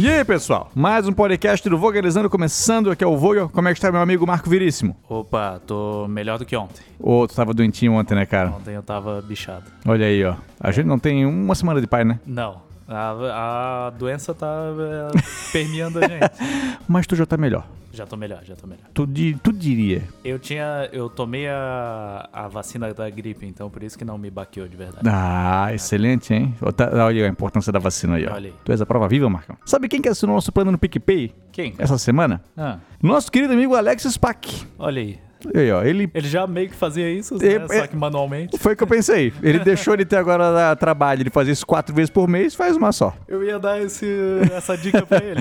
E aí, pessoal? Mais um podcast do Vogalizando começando. Aqui é o Vogel. Como é que tá meu amigo Marco Veríssimo? Opa, tô melhor do que ontem. Ô, tu tava doentinho ontem, né, cara? Ontem eu tava bichado. Olha aí, ó. A gente não tem uma semana de pai, né? Não, a, a doença tá é, permeando a gente. Mas tu já tá melhor. Já tô melhor, já tô melhor. Tu, di- tu diria. Eu tinha. Eu tomei a, a vacina da gripe, então por isso que não me baqueou de verdade. Ah, excelente, hein? Ó, tá- Olha aí a importância da vacina aí, ó. Olha aí. Tu és a prova viva, Marcão. Sabe quem que assinou nosso plano no PicPay Quem? cara? essa semana? Ah, Nosso querido amigo Alex Spack. olha aí. E aí, ó. Ele Ele já meio que fazia isso, E- né? só e- que manualmente. Foi o que eu pensei. Ele deixou de ter agora da- trabalho de fazer isso quatro vezes por mês, faz uma só. Eu ia dar esse, essa dica pra ele.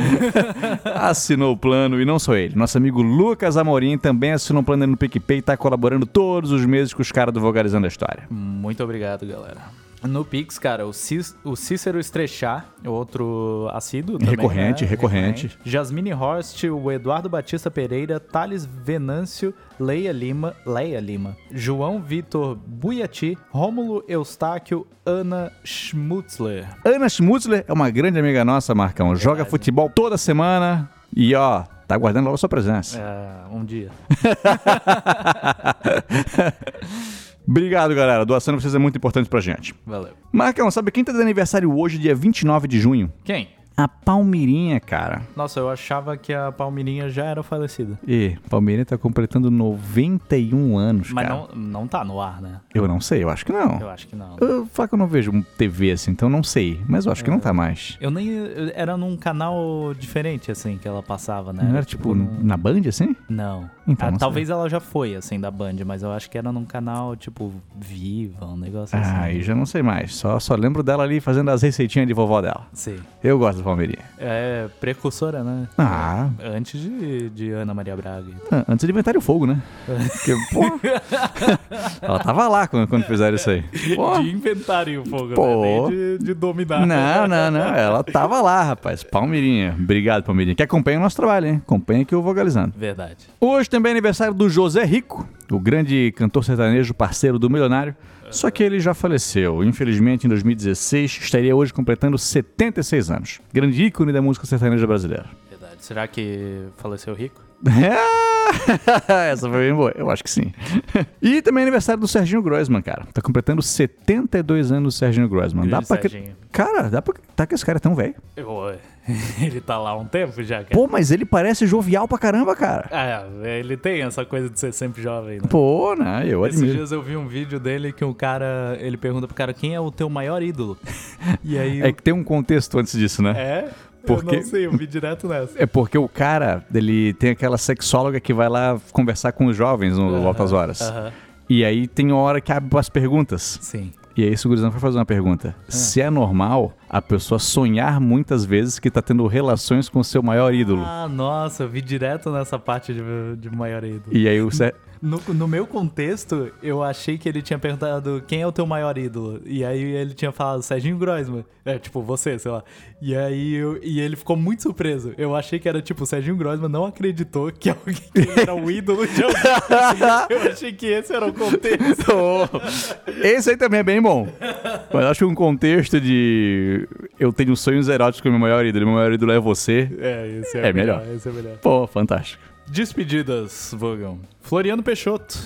Assinou o plano e não só ele. Nosso amigo Lucas Amorim também assinou o plano no PicPay e tá colaborando todos os meses com os caras do Vogalizando a História. Muito obrigado, galera. No Pix, cara, o, Cis- o Cícero Estrechá, outro assíduo também, Recorrente, né? recorrente. Jasmine Horst, o Eduardo Batista Pereira, Thales Venâncio, Leia Lima, Leia Lima, João Vitor Buiati, Rômulo Eustáquio, Ana Schmutzler. Ana Schmutzler é uma grande amiga nossa, Marcão. Joga futebol toda semana e ó, tá aguardando logo a sua presença. É, um dia. Obrigado, galera. A doação de vocês é muito importante pra gente. Valeu. Marcão, sabe quem tá de aniversário hoje, dia 29 de junho? Quem? A Palmirinha, cara. Nossa, eu achava que a Palmirinha já era falecida. E Palmeirinha tá completando 91 anos, Mas cara. não, não tá no ar, né? Eu não sei, eu acho que não. Eu acho É. que não. Eu falo que eu não vejo TV assim, então não sei. Mas eu acho que não tá mais. Eu nem. eu- Era num canal diferente, assim, que ela passava, né? Não era tipo na Band assim? Não. Então, Ah, não sei. talvez ela já foi, assim, da Band, mas eu acho que era num canal, tipo, Viva, um negócio assim. Ah, aí já não sei mais. Só, só lembro dela ali fazendo as receitinhas de vovó dela. Sim. Eu gosto da Palmeirinha. É precursora, né? Ah, Antes de, de Ana Maria Braga. então. an- Ah, antes de inventarem o fogo, né? Porque, pô, ela tava lá quando, quando fizeram isso aí. Pô, De inventário, fogo. Pô. Né? Nem De, de dominar. não, não, não. Ela tava lá, rapaz. Palmeirinha. Obrigado, Palmeirinha. Que acompanha o nosso trabalho, hein? Acompanha que eu vou vocalizando. Verdade. Hoje também é aniversário do José Rico, o grande cantor sertanejo parceiro do Milionário. Só que ele já faleceu. Infelizmente, em 2016, estaria hoje completando 76 anos. Grande ícone da música sertaneja brasileira. Verdade. Será que faleceu rico? Essa foi bem boa, eu acho que sim. e também é aniversário do Serginho Groisman, cara. Tá completando 72 anos o Serginho Groisman. Dá Grande pra... acre- Serginho. Cara, dá pra... Tá que esse cara é tão velho. Eu- Ele tá lá há um tempo já, cara. Pô, mas ele parece jovial pra caramba, cara. É, ele tem essa coisa de ser sempre jovem, né? Pô, né? Eu Esses admiro. dias eu vi um vídeo dele que um cara, ele pergunta pro cara quem é o teu maior ídolo. E aí É que tem um contexto antes disso, né? é? Porque- Eu não sei, eu vi direto nessa. É porque o cara, ele tem aquela sexóloga que vai lá conversar com os jovens no Altas Horas. Aham. E aí tem hora que abre as perguntas. Sim. E aí o gurizão foi fazer uma pergunta. Ah. Se é normal a pessoa sonhar muitas vezes que tá tendo relações com o seu maior ídolo? Ah, nossa, eu vi direto nessa parte de, de maior ídolo. E aí o Ser... No, no meu contexto, eu achei que ele tinha perguntado quem é o teu maior ídolo. E aí ele tinha falado Serginho Groisman. É, tipo, você, sei lá. E aí eu, e ele ficou muito surpreso. Eu achei que era tipo, Serginho Groisman não acreditou que alguém que ele era o ídolo de alguém. Eu achei que esse era o contexto. Esse aí também é bem bom. Mas acho que um contexto de eu tenho sonhos eróticos com o meu maior ídolo, meu maior ídolo é você. É, esse é É melhor, melhor. Esse é melhor. Pô, fantástico. Despedidas, Vogão. Floriano Peixoto,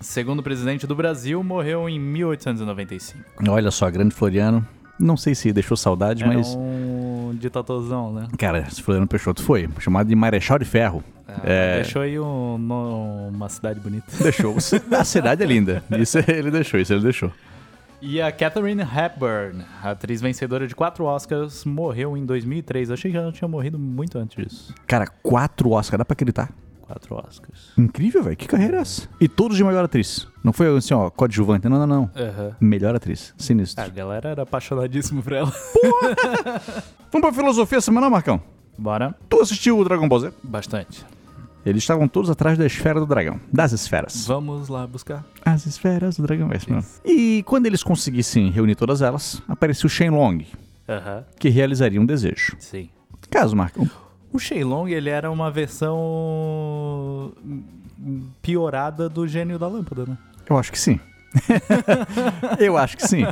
segundo presidente do Brasil, morreu em 1895. Olha só, grande Floriano. Não sei se deixou saudade, Era mas um ditadorzão, né? Cara, esse Floriano Peixoto foi chamado de Marechal de Ferro. É. Deixou aí um- no- uma cidade bonita. Deixou. A cidade é linda. Isso ele deixou, isso ele deixou. E a Katharine Hepburn, atriz vencedora de quatro Oscars, morreu em 2003. Achei que ela tinha morrido muito antes disso. Cara, quatro Oscar, dá pra acreditar. Quatro Oscars. Incrível, velho. Que carreira é essa? E todos de melhor atriz. Não foi assim, ó, coadjuvante. Não, não, não. Aham. Melhor atriz. A Sinistro. galera era apaixonadíssima por ela. Vamos pra filosofia semanal, Marcão. Bora. Tu assistiu o Dragon Ball Z? Bastante. Eles estavam todos atrás da esfera do dragão. Das esferas. Vamos lá buscar. As esferas do dragão. É isso mesmo. E quando eles conseguissem reunir todas elas, apareceu Shenlong, Aham. que realizaria um desejo. Sim. Caso, Marcão. O Shenlong, ele era uma versão piorada do gênio da lâmpada, né? Eu acho que sim. Eu acho que sim.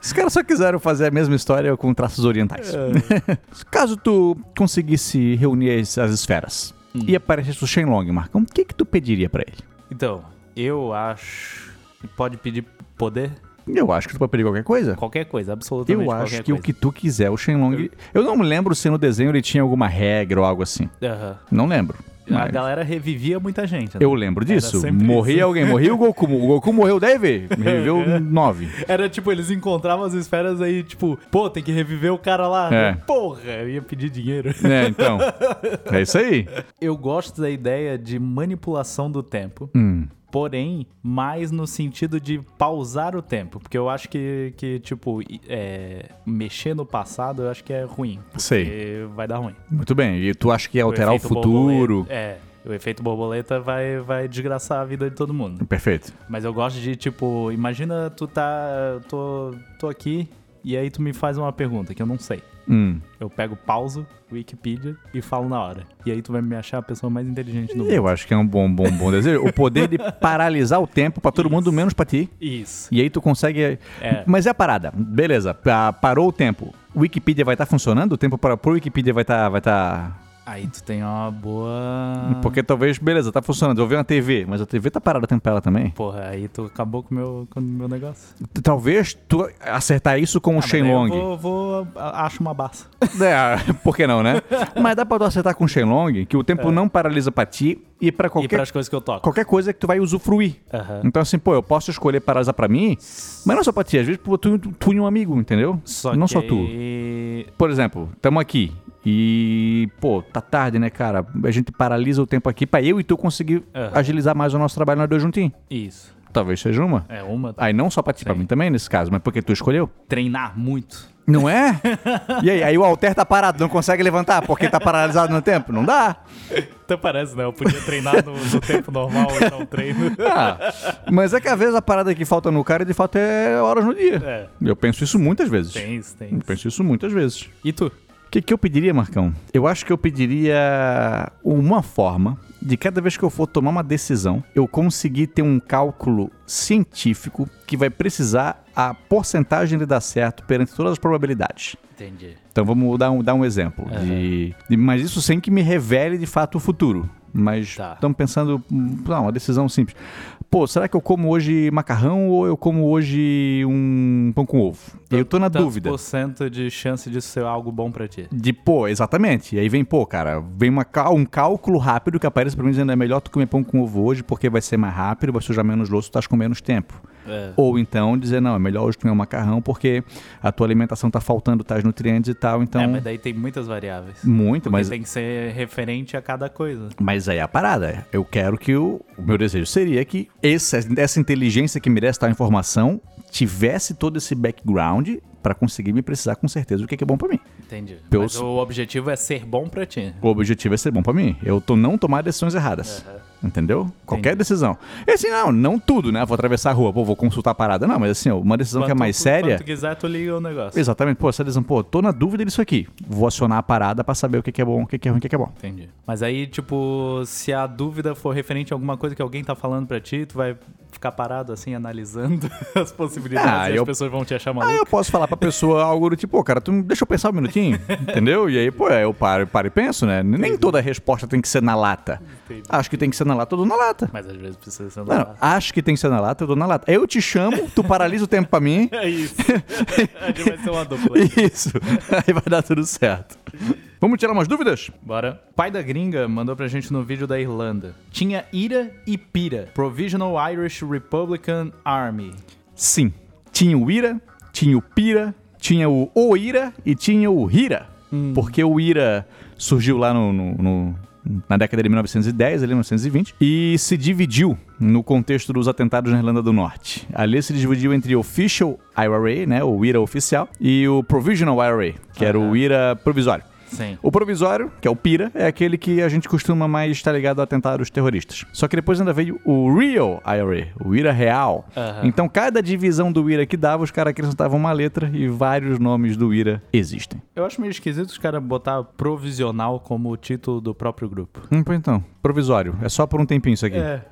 Os caras só quiseram fazer a mesma história com traços orientais. É. Caso tu conseguisse reunir as, as esferas Hum. e aparecesse o Shenlong, Marcão, o que que tu pediria pra ele? Então, eu acho. que Pode pedir poder? Eu acho que tu pode pedir qualquer coisa. Qualquer coisa, absolutamente Eu acho qualquer que o coisa. que tu quiser, o Shenlong... Eu não me lembro se no desenho ele tinha alguma regra ou algo assim. Aham. Não lembro. A mas galera revivia muita gente. né? Eu lembro disso. sempre Morria isso. alguém. Morria o Goku. O Goku morreu 10 vezes. É. Reviveu 9. Era tipo, eles encontravam as esferas aí, tipo, pô, tem que reviver o cara lá. É. Porra, eu ia pedir dinheiro. É, então. É isso aí. Eu gosto da ideia de manipulação do tempo. Hum. Porém, mais no sentido de pausar o tempo. Porque eu acho que, que tipo, i- é, mexer no passado eu acho que é ruim. Porque Sei. vai dar ruim. Muito bem. E tu acha que ia alterar o, efeito futuro? borboleta- é, o efeito borboleta vai, vai desgraçar a vida de todo mundo. É. Perfeito. Mas eu gosto de, tipo, imagina tu tá. Tô, tô aqui e aí tu me faz uma pergunta que eu não sei. Hum. Eu pego pauso, Wikipedia e falo na hora. E aí tu vai me achar a pessoa mais inteligente do mundo. Eu acho que é um bom, bom, bom desejo. O poder de paralisar o tempo pra todo mundo, menos pra ti. Isso. E aí tu consegue. É. Mas é a parada. Beleza. pa- Parou o tempo. O Wikipedia vai estar funcionando? O tempo para pro Wikipedia vai estar. vai tá... Aí tu tem uma boa. Porque talvez, beleza, tá funcionando. Eu vi uma TV, mas a TV tá parada o tempo pra ela também. Porra, aí tu acabou com o meu, com o meu negócio. T- Talvez tu acertar isso com o Ah, mas daí Shenlong. Eu vou, vou- a- acho uma baça. É, por que não, né? Mas dá pra tu acertar com o Shenlong que o tempo não paralisa pra ti e pra É. E qualquer, pras coisas que eu toco. qualquer coisa que tu vai usufruir. Aham. Então, assim, pô, eu posso escolher paralisar pra mim, mas não só pra ti. Às vezes pô, tu, tu, tu e um amigo, entendeu? Só não que só tu. aí- Por exemplo, tamo aqui e, pô, tá tarde, né, cara? A gente paralisa o tempo aqui pra eu e tu conseguir Aham. agilizar mais o nosso trabalho nós dois juntinhos. Isso. Talvez seja uma. É uma. Aí não só pra ti, pra mim também, nesse caso, mas porque tu escolheu. Treinar muito. Não é? E aí, aí o Alter tá parado, não consegue levantar porque tá paralisado no tempo? Não dá. Até parece, né? Eu podia treinar no, no tempo normal e não treino. Ah, mas é que às vezes a parada que falta no cara, de fato, é horas no dia. É. Eu penso isso muitas vezes. Tem isso, tem Eu isso. penso isso muitas vezes. E tu? O que, que eu pediria, Marcão? Eu acho que eu pediria uma forma de cada vez que eu for tomar uma decisão, eu conseguir ter um cálculo científico que vai precisar a porcentagem de dar certo perante todas as probabilidades. Entendi. Então vamos dar um, dar um exemplo. De, de- mas isso sem que me revele de fato o futuro. Mas Tá. estamos pensando, hum, não, uma decisão simples. Pô, será que eu como hoje macarrão ou eu como hoje um pão com ovo? Eu tô na dúvida. por cento de chance disso ser algo bom pra ti? De pô, exatamente. E aí vem, pô, cara, vem uma cá- um cálculo rápido que aparece pra mim dizendo é melhor tu comer pão com ovo hoje porque vai ser mais rápido, vai sujar menos louça, tu estás com menos tempo. É. Ou então dizer, não, é melhor hoje comer um macarrão porque a tua alimentação tá faltando tais nutrientes e tal, então... É, mas daí tem muitas variáveis. Muito, Porque mas tem que ser referente a cada coisa. Mas aí é a parada. Eu quero que o, o meu desejo seria que essa, essa inteligência que merece tal informação tivesse todo esse background pra conseguir me precisar com certeza do que que é bom pra mim. Entendi. Eu Mas sou- o objetivo é ser bom pra ti. O objetivo é ser bom pra mim. Eu tô não tomar decisões erradas. Entendeu? Qualquer Entendi. decisão. E assim, não, não tudo, né? Vou atravessar a rua, pô, vou consultar a parada. Não, mas assim, ó, uma decisão que é Quanto- mais séria. Quanto quiser, tu liga o negócio. Exatamente, pô, essa decisão, pô, tô na dúvida disso aqui. Vou acionar a parada pra saber o que que é bom, o que que é ruim, o que que é bom. Entendi. Mas aí, tipo, se a dúvida for referente a alguma coisa que alguém tá falando pra ti, tu vai ficar parado assim, analisando as possibilidades Ah, e eu- as pessoas vão te achar Ah, maluco. eu posso falar pra pessoa algo do tipo, "Ô, cara, tu me- deixa eu pensar um minutinho, entendeu? E aí, pô, eu paro, paro e penso, né? Nem toda resposta tem que ser na lata. Entendi. Acho que tem que ser na lata, eu dou na lata. Mas às vezes precisa ser um Não, não, acho que tem que ser na lata, eu dou na lata. Eu te chamo, tu paralisa o tempo pra mim. É isso. a gente vai ser uma dupla. Isso. Aí vai dar tudo certo. Vamos tirar umas dúvidas? Bora. Pai da gringa mandou pra gente no vídeo da Irlanda. Tinha ira e pira. Provisional Irish Republican Army. Sim. Tinha o Ira, tinha o Pira, tinha o Oira e tinha o Hira. Porque o Ira surgiu lá no, no- no- na década de 1910, ali 1920, e se dividiu no contexto dos atentados na Irlanda do Norte. Ali se dividiu entre o Official IRA, né, o IRA oficial, e o Provisional IRA, que era o IRA provisório. Sim. O provisório, que é o PIRA, é aquele que a gente costuma mais estar ligado a atentados terroristas. Só que depois ainda veio o Real IRA, o IRA real. Aham. Então cada divisão do IRA que dava, os caras acrescentavam uma letra e vários nomes do IRA existem. Eu acho meio esquisito os caras botar provisional como o título do próprio grupo. Hum, pois então, provisório. É só por um tempinho isso aqui. É.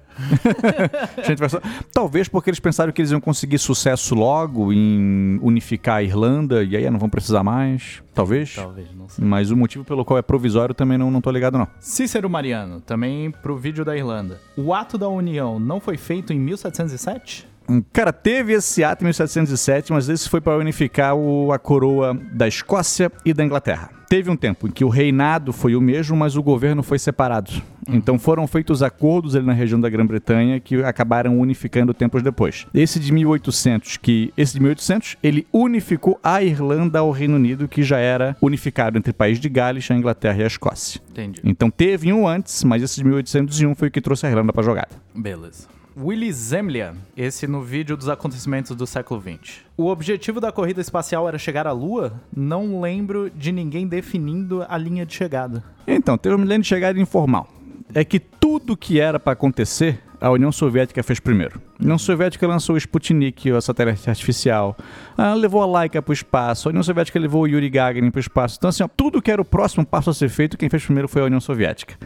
A gente vai só- Talvez porque eles pensaram que eles iam conseguir sucesso logo em unificar a Irlanda e aí "Ah, não vão precisar mais. Talvez. Talvez, não sei. Mas o motivo pelo qual é provisório também não, não tô ligado, não. Cícero Mariano, também pro vídeo da Irlanda. O ato da união não foi feito em 1707? Hum, Cara, teve esse ato em 1707, mas esse foi para unificar o- a coroa da Escócia e da Inglaterra. Teve um tempo em que o reinado foi o mesmo, mas o governo foi separado. Então foram feitos acordos ali na região da Grã-Bretanha que acabaram unificando tempos depois. Esse de 1800, que esse de 1800, ele unificou a Irlanda ao Reino Unido, que já era unificado entre o país de Gales, a Inglaterra e a Escócia. Entendi. Então teve um antes, mas esse de 1801 foi o que trouxe a Irlanda para jogada. Beleza. Willy Zemlian, esse no vídeo dos acontecimentos do século XX. O objetivo da corrida espacial era chegar à Lua? Não lembro de ninguém definindo a linha de chegada. Então, teve um milênio de chegada informal. É que tudo que era para acontecer, a União Soviética fez primeiro. A União Soviética lançou o Sputnik, o satélite artificial, ah, levou a Laika para o espaço, a União Soviética levou o Yuri Gagarin para o espaço. Então, assim, ó, tudo que era o próximo passo a ser feito, quem fez primeiro foi a União Soviética.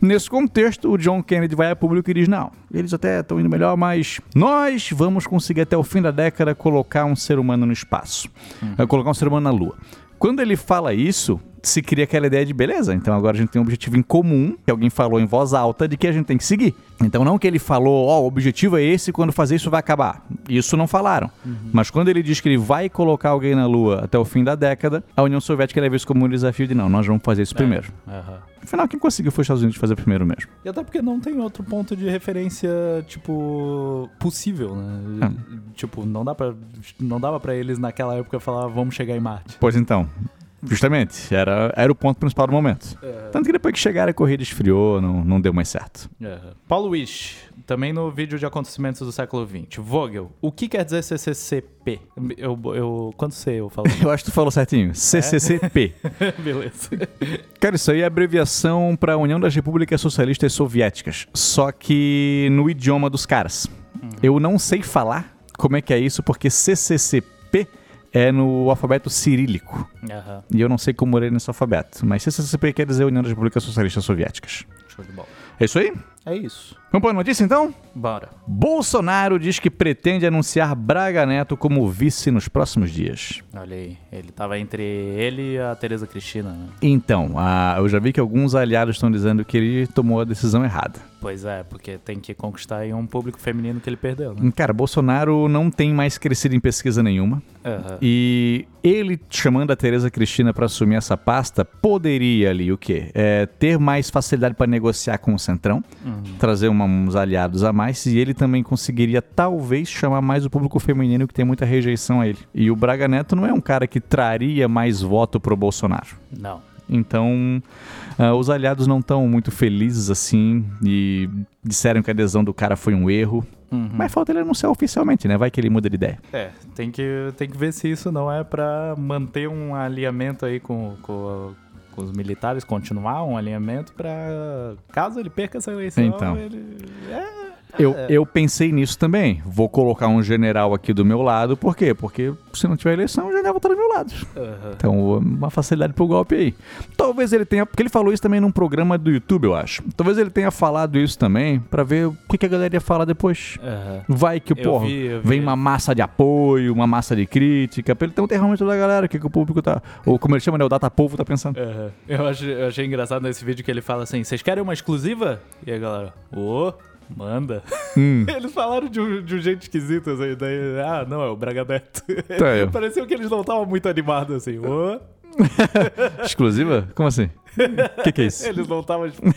Nesse contexto, o John Kennedy vai a público e diz: não, eles até estão indo melhor, mas nós vamos conseguir até o fim da década colocar um ser humano no espaço, Eh, colocar um ser humano na Lua. Quando ele fala isso, se cria aquela ideia de beleza. Então agora a gente tem um objetivo em comum, que alguém falou em voz alta, de que a gente tem que seguir. Então não que ele falou, ó, o objetivo é esse, quando fazer isso vai acabar. Isso não falaram. Mas quando ele diz que ele vai colocar alguém na Lua até o fim da década, a União Soviética leva isso como um desafio de não, nós vamos fazer É. isso É. primeiro. Afinal, quem conseguiu foi os Estados Unidos fazer primeiro mesmo. E até porque não tem outro ponto de referência, tipo, possível, né? Tipo, não, dá pra, não dava pra eles naquela época falar, "Ah, vamos chegar em Marte. Pois então, justamente, era, era o ponto principal do momento. É. Tanto que depois que chegaram a corrida esfriou, não, não deu mais certo. Paulo Wish, também no vídeo de acontecimentos do século XX. Vogel, o que quer dizer CCCP? Eu, eu, quanto sei eu falo? Eu acho que tu falou certinho, CCCP. Beleza. É? Cara, isso aí é abreviação para União das Repúblicas Socialistas Soviéticas, só que no idioma dos caras. Eu não sei falar como é que é isso, porque CCCP é no alfabeto cirílico. Aham, E eu não sei como ler nesse alfabeto. Mas CCCP quer dizer União das Repúblicas Socialistas Soviéticas. show de bola. É isso aí? É isso. Vamos para a notícia então? Bora. Bolsonaro diz que pretende anunciar Braga Neto como vice nos próximos dias. Olha aí, ele tava entre ele e a Tereza Cristina, né? Então, ah, eu já vi que alguns aliados estão dizendo que ele tomou a decisão errada. Pois é, porque tem que conquistar aí um público feminino que ele perdeu, né? Hum, Cara, Bolsonaro não tem mais crescido em pesquisa nenhuma. Aham. E ele, chamando a Tereza Cristina para assumir essa pasta, poderia ali o quê? É, ter mais facilidade para negociar com o Centrão, trazer uma- uns aliados a mais, e ele também conseguiria, talvez, chamar mais o público feminino que tem muita rejeição a ele. E o Braga Neto não é um cara que traria mais voto pro Bolsonaro. Não. Então, ah, os aliados não estão muito felizes assim e disseram que a adesão do cara foi um erro. Mas falta ele anunciar oficialmente, né? Vai que ele muda de ideia. É, tem que, tem que ver se isso não é pra manter um alinhamento aí com, com, com os militares, continuar um alinhamento pra caso ele perca essa eleição, Então. ele... É, Eu, eu pensei nisso também. Vou colocar um general aqui do meu lado. Por quê? Porque se não tiver eleição, o general tá do meu lado. aham. Então, uma facilidade pro golpe aí. Talvez ele tenha. Porque ele falou isso também num programa do YouTube, eu acho. Talvez ele tenha falado isso também pra ver o que, que a galera ia falar depois. Aham. Vai que, Eu porra, vi, eu vi. vem uma massa de apoio, uma massa de crítica, pra ele ter um terramento da galera, o que, que o público tá. Ou como ele chama, né? O data povo tá pensando. Aham. Eu, achei, eu achei engraçado nesse vídeo que ele fala assim: vocês querem uma exclusiva? E a galera, ô, manda. Hum. Eles falaram de um, de um jeito esquisito, assim, daí, ah, não, é o Braga Neto. Tá, eu. Pareceu que eles não estavam muito animados, assim, ô, Exclusiva? Como assim? O que, que é isso? eles não estavam. tipo,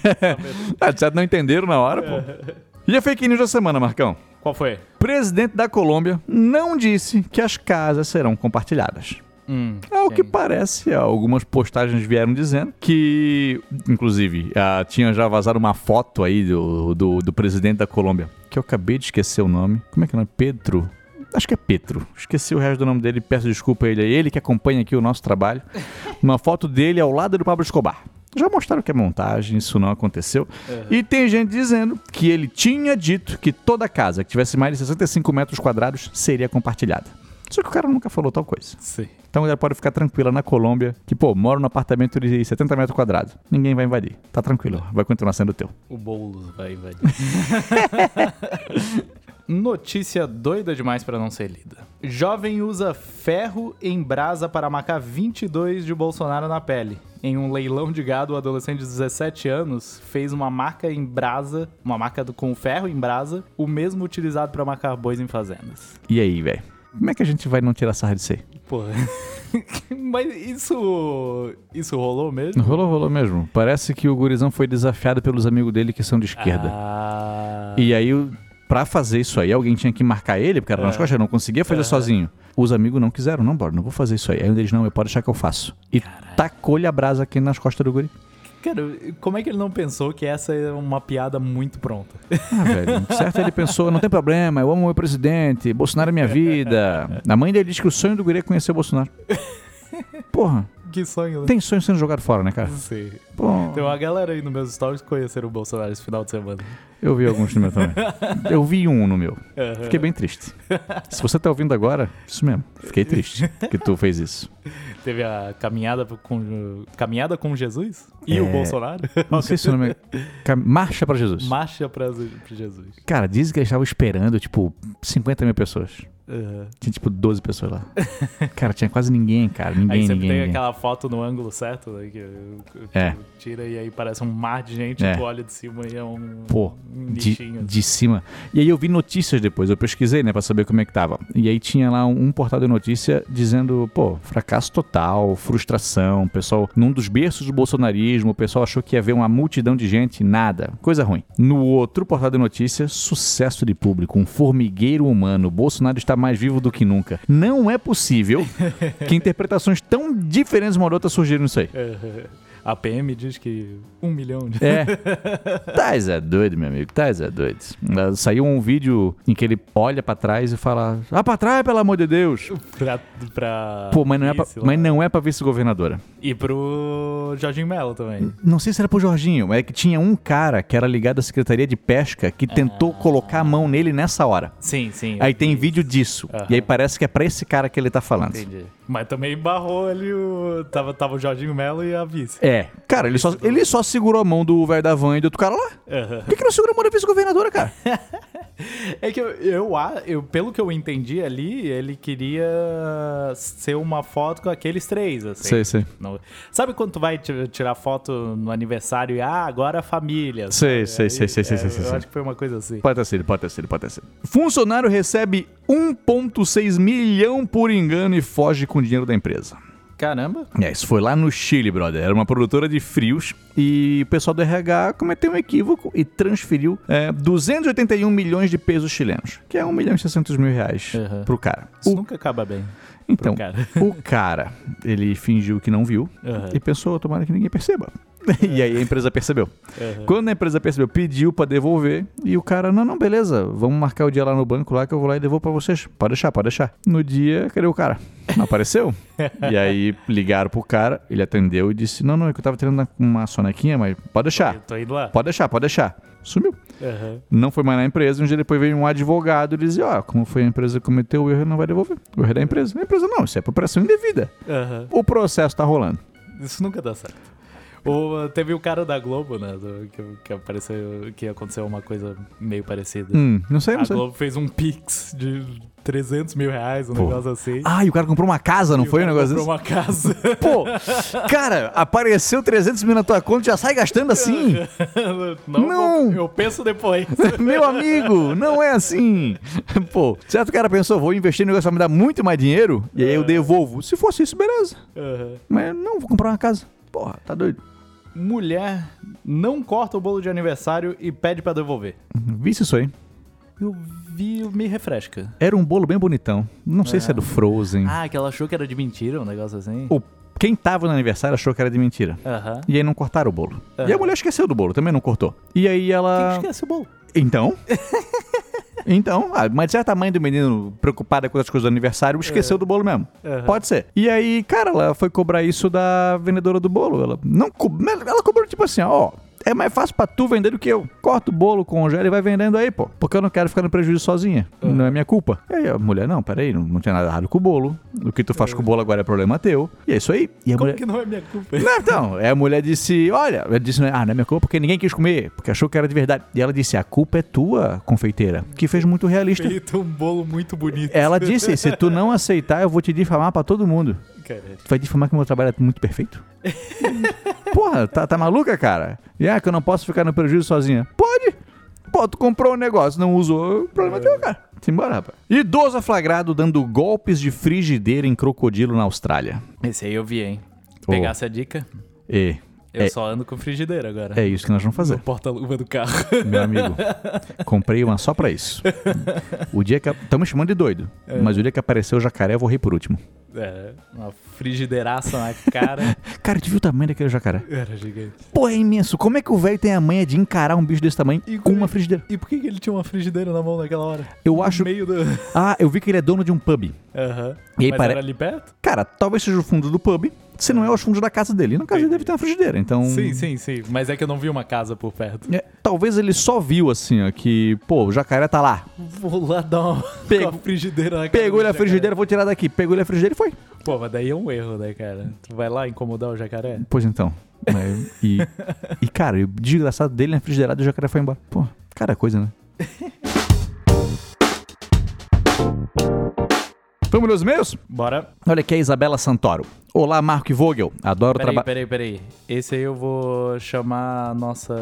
Ah, de certo, não entenderam na hora, pô. É. E a fake news da semana, Marcão? Qual foi? Presidente da Colômbia não disse que as casas serão compartilhadas. Hum, Ao É que parece, algumas postagens vieram dizendo que, inclusive, ah, tinha já vazado uma foto aí do, do, do presidente da Colômbia, que eu acabei de esquecer o nome. Como é que é o nome? Pedro? Acho que é Pedro. Esqueci o resto do nome dele, peço desculpa a ele. É ele que acompanha aqui o nosso trabalho. Uma foto dele ao lado do Pablo Escobar. Já mostraram que é montagem, isso não aconteceu. E tem gente dizendo que ele tinha dito que toda casa que tivesse mais de 65 metros quadrados seria compartilhada. Só que o cara nunca falou tal coisa. Sim. Então a galera pode ficar tranquila na Colômbia, que, pô, mora num apartamento de 70 metros quadrados. Ninguém vai invadir. Tá tranquilo, vai continuar sendo teu. O Boulos vai invadir. Notícia doida demais pra não ser lida. Jovem usa ferro em brasa para macar 22 de Bolsonaro na pele. Em um leilão de gado, o adolescente de 17 anos fez uma maca em brasa, uma maca do- com ferro em brasa, o mesmo utilizado pra macar bois em fazendas. E aí, velho? Como é que a gente vai não tirar sarra disso aí? Porra. Mas isso. Isso rolou mesmo? Rolou, rolou mesmo. Parece que o gurizão foi desafiado pelos amigos dele que são de esquerda. Ah. E aí, o- pra fazer isso aí, alguém tinha que marcar ele, porque era nas costas, ele não conseguia fazer sozinho. Os amigos não quiseram, não, bora, não vou fazer isso aí. Aí um deles, não, eu pode deixar que eu faço. E tacou-lhe a brasa aqui nas costas do guri. Cara, como é que ele não pensou que essa é uma piada muito pronta? Ah, velho, certo, ele pensou, não tem problema, eu amo o meu presidente, Bolsonaro é minha vida. A mãe dele diz que o sonho do guri é conhecer o Bolsonaro. Porra, que sonho, né? Uhum. tem sonho sendo jogado fora, né, cara? Não sei. Pô, Tem uma galera aí nos meus stories que conheceram o Bolsonaro esse final de semana. eu vi alguns no meu também. Eu vi um no meu. Aham. Fiquei bem triste. Se você tá ouvindo agora, isso mesmo. Fiquei triste que tu fez isso. Teve a caminhada com, caminhada com Jesus e É. o Bolsonaro. Não sei se o nome é. Ca- Marcha pra Jesus. Marcha pra, pra Jesus. Cara, dizem que eles estavam esperando, tipo, 50 mil pessoas. Aham. Tinha, tipo, 12 pessoas lá. Cara, tinha quase ninguém, cara. Ninguém, Aí sempre ninguém. tem ninguém. aquela foto no ângulo certo, né, que eh, É. tu tira e aí parece um mar de gente, É. tu olha de cima e é um, Pô, um de, nichinho. de cima. E aí eu vi notícias depois, eu pesquisei, né, pra saber como é que tava. E aí tinha lá um, um portal de notícia dizendo, pô, fracasso total, frustração, o pessoal, num dos berços do bolsonarismo, o pessoal achou que ia ver uma multidão de gente, nada, coisa ruim. No outro portal de notícia, sucesso de público, um formigueiro humano, Bolsonaro está mais vivo do que nunca. Não é possível que interpretações tão diferentes uma da outra surgiram nisso aí. Aham. A PM diz que um milhão de... É. Tais é doido, meu amigo. Tais é doido. Ah, Saiu um vídeo em que ele olha pra trás e fala: Ah, pra trás, pelo amor de Deus. Pra, pra Pô, mas não é pra, vice lá. mas não é pra vice-governadora. E pro Jorginho Melo também. Não sei se era pro Jorginho, mas é que tinha um cara que era ligado à Secretaria de Pesca que tentou Ah. colocar a mão nele nessa hora. Sim, sim. Aí tem vídeo disso. Aham. E aí parece que é pra esse cara que ele tá falando. Entendi. Mas também barrou ali o. Tava, tava o Jorginho Melo e a vice. É. Cara, ele só, ele só segurou a mão do velho da van e do outro cara lá. Por que, que não segura a mão da vice-governadora, cara? É que eu, eu, a- eu- pelo que eu entendi ali, ele queria ser uma foto com aqueles três, assim. Sei, sei. Não- sabe quando tu vai ti- tirar foto no aniversário e ah, agora a família? Sei, sei, sabe? sei, Aí, sei, sei, é, sei, sei, Eu sei. acho que foi uma coisa assim. Pode ter sido, pode ter sido, pode ter sido. Funcionário recebe 1,6 milhão por engano e foge com o dinheiro da empresa. Caramba. É, isso foi lá no Chile, brother. Era uma produtora de frios e o pessoal do RH cometeu um equívoco e transferiu é, 281 milhões de pesos chilenos, que é 1 milhão e 600 mil reais Uhum. pro cara. Isso O- nunca acaba bem. então, cara. o cara, ele fingiu que não viu Uhum. e pensou, tomara que ninguém perceba. E aí a empresa percebeu. Uhum. Quando a empresa percebeu, pediu pra devolver e o cara, não, não, beleza, vamos marcar o dia lá no banco lá que eu vou lá e devolvo pra vocês. Pode deixar, pode deixar. No dia, cadê o cara? Não apareceu? e aí ligaram pro cara, ele atendeu e disse, não, não, é que eu tava tendo uma- uma sonequinha, mas pode deixar, Eu tô indo lá. pode deixar, pode deixar. Sumiu. Uhum. Não foi mais na empresa, um dia depois veio um advogado e dizia, ó, como foi a empresa que cometeu o erro, ele não vai devolver. O erro é da empresa. A empresa, não, isso é propriação indevida. Uhum. O processo tá rolando. Isso nunca dá certo. O, teve o cara da Globo, né? do- que, que apareceu. Que aconteceu uma coisa meio parecida. Hum, não sei, não a sei. Globo fez um Pix de 300 mil reais, um Pô. negócio assim. Ah, e o cara comprou uma casa, não E foi o cara negócio desse? comprou uma casa. Pô, cara, apareceu 300 mil na tua conta, já sai gastando assim? não, Não. Eu penso depois. Meu amigo, não é assim. Pô, certo o cara pensou, vou investir no negócio, vai me dar muito mais dinheiro, e aí É. eu devolvo. Se fosse isso, beleza. Uhum. Mas não, vou comprar uma casa. Porra, tá doido. Mulher não corta o bolo de aniversário e pede pra devolver. Visse isso aí. Eu vi, me refresca. Era um bolo bem bonitão. Não sei se é do Frozen. Ah, que ela achou que era de mentira, um negócio assim. O, quem tava no aniversário achou que era de mentira. Aham. E aí não cortaram o bolo. Ah. E a mulher esqueceu do bolo, também não cortou. E aí Quem ela... esquece o bolo? Então? então, ah, mas certa mãe do menino, preocupada com as coisas do aniversário, esqueceu do bolo mesmo. Uhum. Pode ser. E aí, cara, ela foi cobrar isso da vendedora do bolo. Ela não co- ela cobrou tipo assim, ó. É mais fácil pra tu vender do que eu. Corta o bolo, congela e vai vendendo aí, pô. Porque eu não quero ficar no prejuízo sozinha. Não é minha culpa. E aí a mulher, não, peraí, não, não tem nada errado com o bolo. O que tu faz com o bolo agora é problema teu. E é isso aí. E a Como mulher... que não é minha culpa? Não, então, aí a mulher disse, olha, ela disse, ah, não é minha culpa porque ninguém quis comer, porque achou que era de verdade. E ela disse, a culpa é tua, confeiteira, que fez muito realista. Feito um bolo muito bonito. Ela disse, se tu não aceitar, eu vou te difamar pra todo mundo. Cara, Tu vai difamar que meu trabalho é muito perfeito? Porra, tá, tá maluca, cara? E é que eu não posso ficar no prejuízo sozinha. Pode! Pô, tu comprou um negócio, não usou, problema é teu, cara. Simbora, rapaz. Idoso flagrado dando golpes de frigideira em crocodilo na Austrália. esse aí eu vi, hein? Oh. Pegasse a dica, E eu É. só ando com frigideira agora. é isso que nós vamos fazer. No porta-luva do carro. Meu amigo, comprei uma só pra isso. O dia que. Estamos chamando de doido, mas o dia que apareceu o jacaré, eu vou rir por último. É, uma frigideiraça na cara. Cara, tu viu o tamanho daquele jacaré? Era gigante. Pô, é imenso. Como é que o velho tem a manha de encarar um bicho desse tamanho E com como- uma frigideira? E por que, que ele tinha uma frigideira na mão naquela hora? Eu acho. No meio do. Ah, eu vi que ele é dono de um pub. Aham. E aí Mas pare- era ali perto? Cara, talvez seja o fundo do pub, se não é os fundos da casa dele. No caso, ele Entendi. deve ter uma frigideira, então... Sim, sim, sim. Mas é que eu não vi uma casa por perto. É, talvez ele só viu, assim, ó, que, pô, o jacaré tá lá. Vou lá dar uma, Pegou- com a frigideira na cara. Pegou ele do a jacaré. frigideira, vou tirar daqui. Pegou ele a frigideira e foi. Pô, mas daí é um erro, né, cara? Tu vai lá incomodar o jacaré? Pois então. né, E, e, cara, o desgraçado dele na frigideirada, o jacaré foi embora. Pô, cara, coisa, né? Vamos nos meus? Bora. Olha aqui a Isabela Santoro. Olá, Marco e Vogel. Adoro Peraí, trabalhar. peraí, peraí. Esse aí eu vou chamar a nossa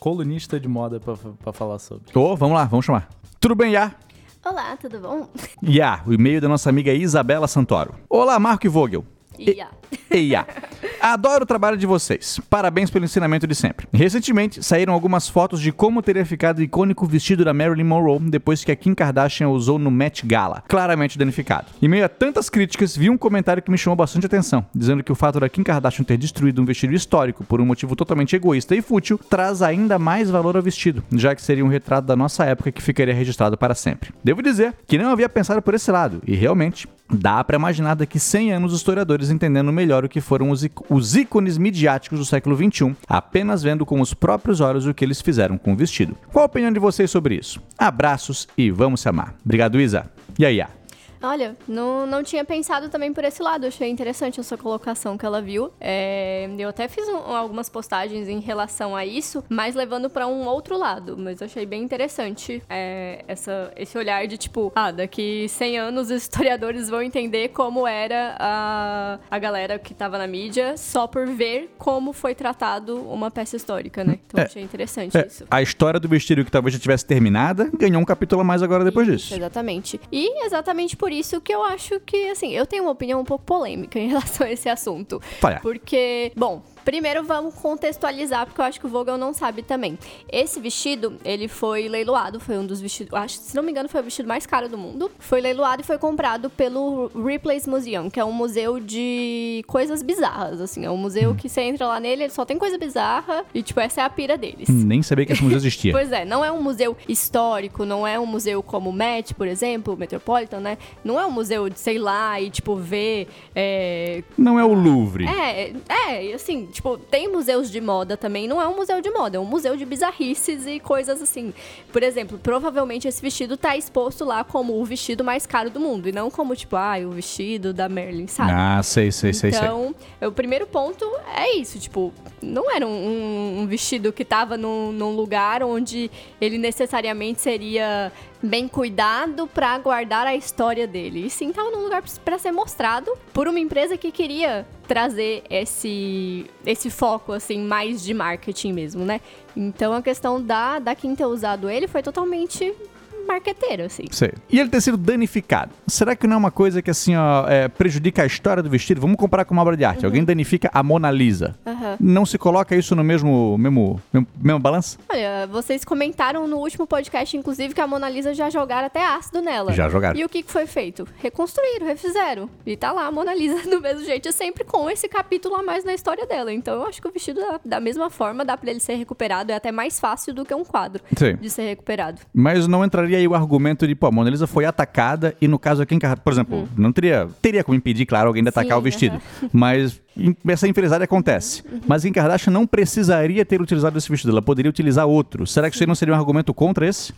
colunista de moda pra, pra falar sobre. Tô, vamos lá, vamos chamar. Tudo bem, Yá? Olá, tudo bom? Iá, o e-mail da nossa amiga Isabela Santoro. Olá, Marco e Vogel. Ia. Ei, Iá. Adoro o trabalho de vocês. Parabéns pelo ensinamento de sempre. Recentemente, saíram algumas fotos de como teria ficado o icônico vestido da Marilyn Monroe depois que a Kim Kardashian usou no Met Gala, claramente danificado. Em meio a tantas críticas, vi um comentário que me chamou bastante atenção, dizendo que o fato da Kim Kardashian ter destruído um vestido histórico por um motivo totalmente egoísta e fútil traz ainda mais valor ao vestido, já que seria um retrato da nossa época que ficaria registrado para sempre. Devo dizer que não havia pensado por esse lado, e realmente, dá pra imaginar daqui 100 anos os historiadores entendendo melhor o que foram os, ic- os ícones midiáticos do século XXI, apenas vendo com os próprios olhos o que eles fizeram com o vestido. Qual a opinião de vocês sobre isso? Abraços e vamos se amar. Obrigado, Isa. E aí, Iá? Olha, não, não tinha pensado também por esse lado. Achei interessante a sua colocação que ela viu. É, eu até fiz um- algumas postagens em relação a isso, mas levando pra um outro lado. Mas eu achei bem interessante é, essa, esse olhar de tipo, ah, daqui 100 anos os historiadores vão entender como era a, a galera que tava na mídia só por ver como foi tratado uma peça histórica, né? Então É. achei interessante É, isso. a história do vestido que talvez já tivesse terminada ganhou um capítulo a mais agora depois Isso, disso. Exatamente. E exatamente por isso que eu acho que, assim, eu tenho uma opinião um pouco polêmica em relação a esse assunto. Falha. Porque, bom, primeiro vamos contextualizar, porque eu acho que o Vogel não sabe também. Esse vestido, ele foi leiloado, foi um dos vestidos, eu acho, se não me engano, foi o vestido mais caro do mundo. Foi leiloado e foi comprado pelo Ripley's Museum, que é um museu de coisas bizarras, assim. É um museu Hum. que você entra lá nele, ele só tem coisa bizarra e, tipo, essa é a pira deles. Nem sabia que esse museu existia. Pois é, não é um museu histórico, não é um museu como o Met, por exemplo, o Metropolitan, né? Não é um museu de, sei lá, e tipo, ver. É, Não é o Louvre. é, é, e assim, tipo, tem museus de moda também, não é um museu de moda, é um museu de bizarrices e coisas assim. Por exemplo, provavelmente esse vestido tá exposto lá como o vestido mais caro do mundo, e não como, tipo, ah, o vestido da Merlin, sabe? Ah, sei, sei, sei, sei. tá. Então, o primeiro ponto é isso, tipo, não era um, um- um vestido que tava num, num lugar onde ele necessariamente seria bem cuidado pra guardar a história dele. E sim, tava num lugar pra ser mostrado por uma empresa que queria trazer esse, esse foco, assim, mais de marketing mesmo, né? Então, a questão da, da Kim ter usado ele foi totalmente marqueteira, assim. Sei. E ele ter sido danificado. Será que não é uma coisa que assim, ó, é, prejudica a história do vestido? Vamos comparar com uma obra de arte. Alguém danifica a Mona Lisa. Uhum. Aham. Não se coloca isso no mesmo, mesmo, mesmo, mesmo balanço? Olha, vocês comentaram no último podcast, inclusive, que a Mona Lisa já jogaram até ácido nela. Já jogaram. E o que que foi feito? Reconstruíram, refizeram. E tá lá a Mona Lisa do mesmo jeito, e sempre com esse capítulo a mais na história dela. Então eu acho que o vestido, da, da mesma forma, dá pra ele ser recuperado. É até mais fácil do que um quadro Sim. de ser recuperado. Mas não entraria teria aí o argumento de, pô, a Mona Lisa foi atacada e no caso aqui em Carrara, por exemplo, não teria, teria como impedir, claro, alguém de Uhum. Sim, atacar o vestido, aham. Uhum. mas in- essa infelicidade acontece. Mas Kim Kardashian não precisaria ter utilizado esse vestido, ela poderia utilizar outro. Será que isso aí não seria um argumento contra esse?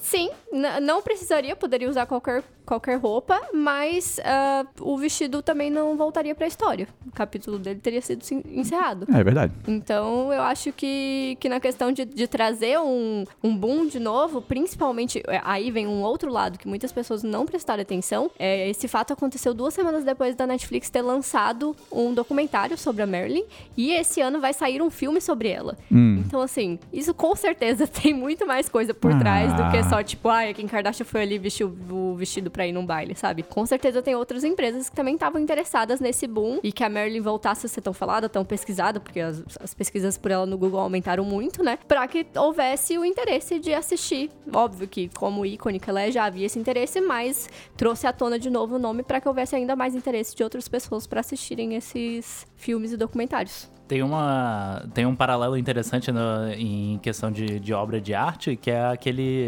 Sim, n- não precisaria, poderia usar qualquer, qualquer roupa, mas ah, o vestido também não voltaria pra história. O capítulo dele teria sido sin- encerrado. É verdade. Então, eu acho que, que na questão de, de trazer um, um boom de novo, principalmente, é, aí vem um outro lado que muitas pessoas não prestaram atenção. É, esse fato aconteceu duas semanas depois da Netflix ter lançado um documentário sobre a Marilyn, e esse ano vai sair um filme sobre ela. Então, assim, isso com certeza tem muito mais coisa por Ah. trás do que só, tipo, ai, a Kim Kardashian foi ali e vestiu o vestido pra ir num baile, sabe? Com certeza tem outras empresas que também estavam interessadas nesse boom e que a Marilyn voltasse a ser tão falada, tão pesquisada, porque as, as pesquisas por ela no Google aumentaram muito, né? Pra que houvesse o interesse de assistir. Óbvio que, como ícone que ela é, já havia esse interesse, mas trouxe à tona de novo o nome pra que houvesse ainda mais interesse de outras pessoas pra assistirem esses filmes e documentários. Tem, uma, tem um paralelo interessante no- em questão de, de obra de arte, que é aquele,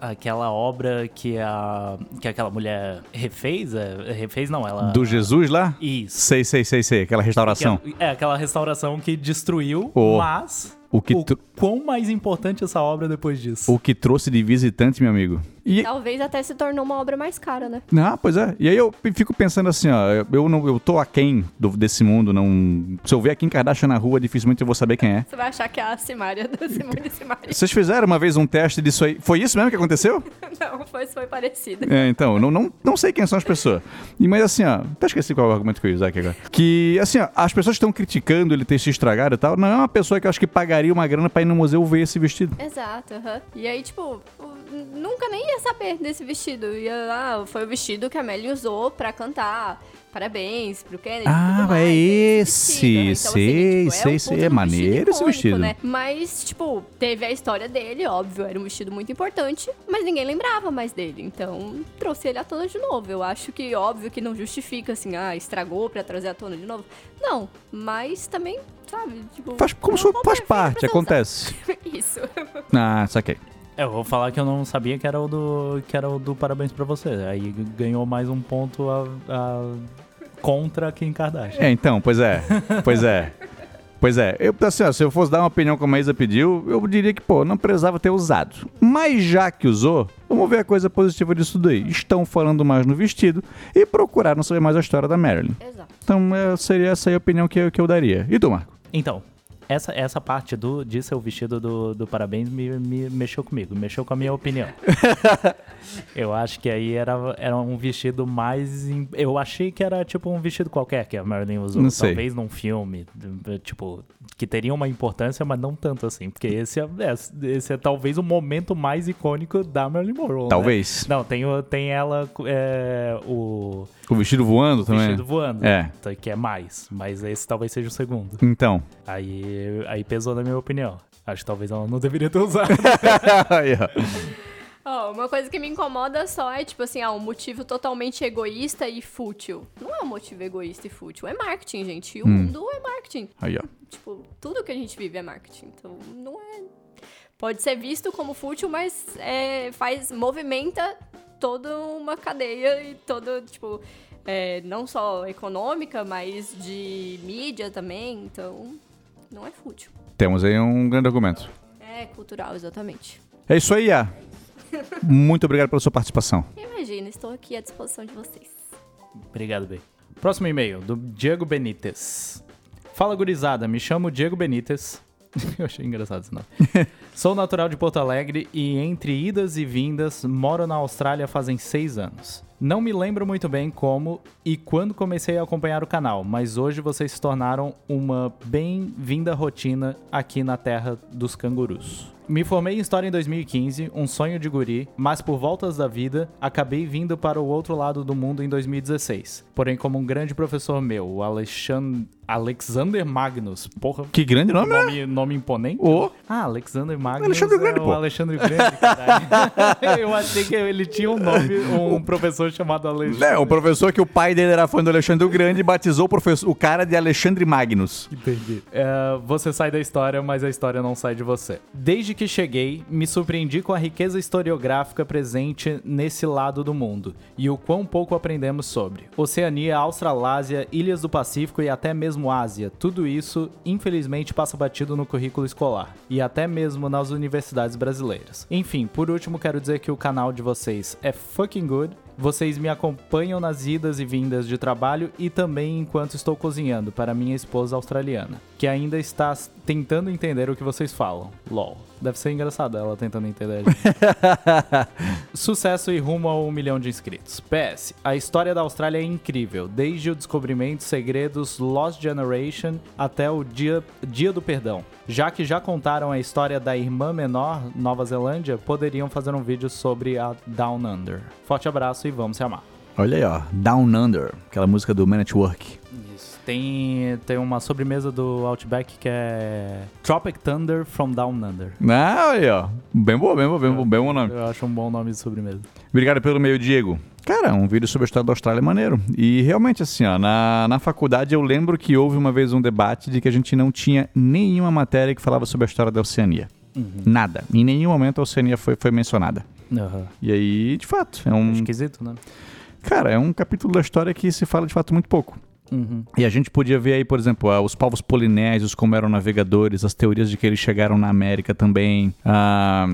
aquela obra que, a, que aquela mulher refez. É, refez não, ela. Do Jesus lá? Isso. Sei, sei, sei, sei, aquela Que é- restauração. é, aquela restauração que destruiu, Oh. mas O que o tru- quão mais importante essa obra depois disso? O que trouxe de visitante, meu amigo. E, Talvez até se tornou uma obra mais cara, né? Ah, pois é. E aí eu fico pensando assim, ó, eu não eu tô aquém do, desse mundo, não. Se eu ver a Kim Kardashian na rua, dificilmente eu vou saber quem é. Você vai achar que é a Simária da Simone Simária. Vocês fizeram uma vez um teste disso aí? Foi isso mesmo que aconteceu? Não, foi, foi parecida. É, então, não, não, não sei quem são as pessoas. E, mas assim, ó, até esqueci qual é o argumento que eu ia usar aqui agora. Que, assim, ó, as pessoas que estão criticando ele ter se estragado e tal, não é uma pessoa que eu acho que pagaria uma grana pra ir no museu ver esse vestido. Exato, aham. E aí, tipo, n- nunca nem ia saber desse vestido. Ia lá, foi o vestido que a Melly usou pra cantar. Parabéns pro Kennedy. Ah, tudo mais, é vestido, esse. né? assim, Sei, sei, sei. um puta É de um maneiro esse icônico, vestido. Né? Mas, tipo, teve a história dele, óbvio, era um vestido muito importante, mas ninguém lembrava mais dele. Então, trouxe ele à tona de novo. Eu acho que, óbvio, que não justifica, assim, ah, estragou pra trazer à tona de novo. Não, mas também, sabe, tipo... Faz, como não sua, vou faz pra- parte, pra dançar. acontece. Isso. Ah, saquei. É, Eu vou falar que eu não sabia que era o do, que era o do Parabéns pra Você. Aí ganhou mais um ponto a, a- contra Kim Kardashian. É, então, pois é. Pois é. Pois é, eu, assim, ó, se eu fosse dar uma opinião como a Isa pediu, eu diria que, pô, não precisava ter usado. Mas já que usou, vamos ver a coisa positiva disso tudo aí. Estão falando mais no vestido e procuraram saber mais a história da Marilyn. Exato. Então é, seria essa aí a opinião que, eu- que eu daria. E tu, Marco? Então, essa, essa parte do, de seu vestido do, do Parabéns me, me mexeu comigo, mexeu com a minha opinião. eu acho que aí era, era um vestido mais. em- Eu achei que era tipo um vestido qualquer que a Marilyn usou. Não sei. Talvez num filme, tipo, que teria uma importância, mas não tanto assim. Porque esse é, esse é talvez o momento mais icônico da Marilyn Monroe. né? Talvez. Não, tem, o- tem ela, é, o O vestido voando também. vestido voando, É. que é mais, mas esse talvez seja o segundo. Então. Aí, aí pesou na minha opinião. Acho que talvez ela não deveria ter usado. Aí, ó. Ó, uma coisa que me incomoda só é, tipo assim, ah, um motivo totalmente egoísta e fútil. Não é um motivo egoísta e fútil, é marketing, gente. E o mundo é marketing. Aí, ó. Tipo, tudo que a gente vive é marketing. Então, não é. Pode ser visto como fútil, mas é, faz. movimenta toda uma cadeia e toda, tipo. é, não só econômica, mas de mídia também. Então, não é fútil. Temos aí um grande argumento. É cultural, exatamente. É isso aí, Iá. Muito obrigado pela sua participação. Imagina, estou aqui à disposição de vocês. Obrigado, bem. Próximo e-mail, do Diego Benítez. Fala, gurizada. Me chamo Diego Benítez. Eu achei engraçado esse nome. Sou natural de Porto Alegre e, entre idas e vindas, moro na Austrália fazem seis anos. Não me lembro muito bem como e quando comecei a acompanhar o canal, mas hoje vocês se tornaram uma bem-vinda rotina aqui na terra dos cangurus. Me formei em História em 2015, um sonho de guri, mas por voltas da vida, acabei vindo para o outro lado do mundo em 2016. Porém, como um grande professor meu, o Alexan- Alexander Magnus, porra, Que grande nome, né? nome, nome imponente. Ô. Ah, Alexander Magnus. Alexandre Grande, é o pô. Alexandre Grande, caralho. Eu achei que ele tinha um nome, um professor chamado Alexandre. É, o professor que o pai dele era fã do Alexandre o Grande batizou o, professor, o cara de Alexandre Magnus. Entendi. É, você sai da história, mas a história não sai de você. Desde Desde que cheguei, me surpreendi com a riqueza historiográfica presente nesse lado do mundo e o quão pouco aprendemos sobre. Oceania, Australásia, Ilhas do Pacífico e até mesmo Ásia. Tudo isso, infelizmente, passa batido no currículo escolar e até mesmo nas universidades brasileiras. Enfim, por último, quero dizer que o canal de vocês é fucking good. Vocês me acompanham nas idas e vindas de trabalho e também enquanto estou cozinhando para minha esposa australiana, que ainda está s- tentando entender o que vocês falam. LOL. Deve ser engraçado ela tentando entender. a gente. Sucesso e rumo a um milhão de inscritos. PS. A história da Austrália é incrível, desde o descobrimento, segredos, Lost Generation até o dia, dia do Perdão. Já que já contaram a história da irmã menor, Nova Zelândia, poderiam fazer um vídeo sobre a Down Under. Forte abraço e vamos se amar. Olha aí, ó. Down Under, aquela música do Man at Work. Isso. Tem, tem uma sobremesa do Outback que é Tropic Thunder from Down Under. Ah, olha aí, ó. Bem boa, bem boa, bem boa, bem bom nome. Eu acho um bom nome de sobremesa. Obrigado pelo meio, Diego. Cara, um vídeo sobre a história da Austrália é maneiro. E realmente, assim, ó, na, na faculdade eu lembro que houve uma vez um debate de que a gente não tinha nenhuma matéria que falava sobre a história da Oceania. Nada. Em nenhum momento a Oceania foi, foi mencionada. E aí, de fato, é um. Esquisito, né? Cara, é um capítulo da história que se fala de fato muito pouco. Uhum. E a gente podia ver aí, por exemplo, ah, os povos polinésios, como eram navegadores, as teorias de que eles chegaram na América também, a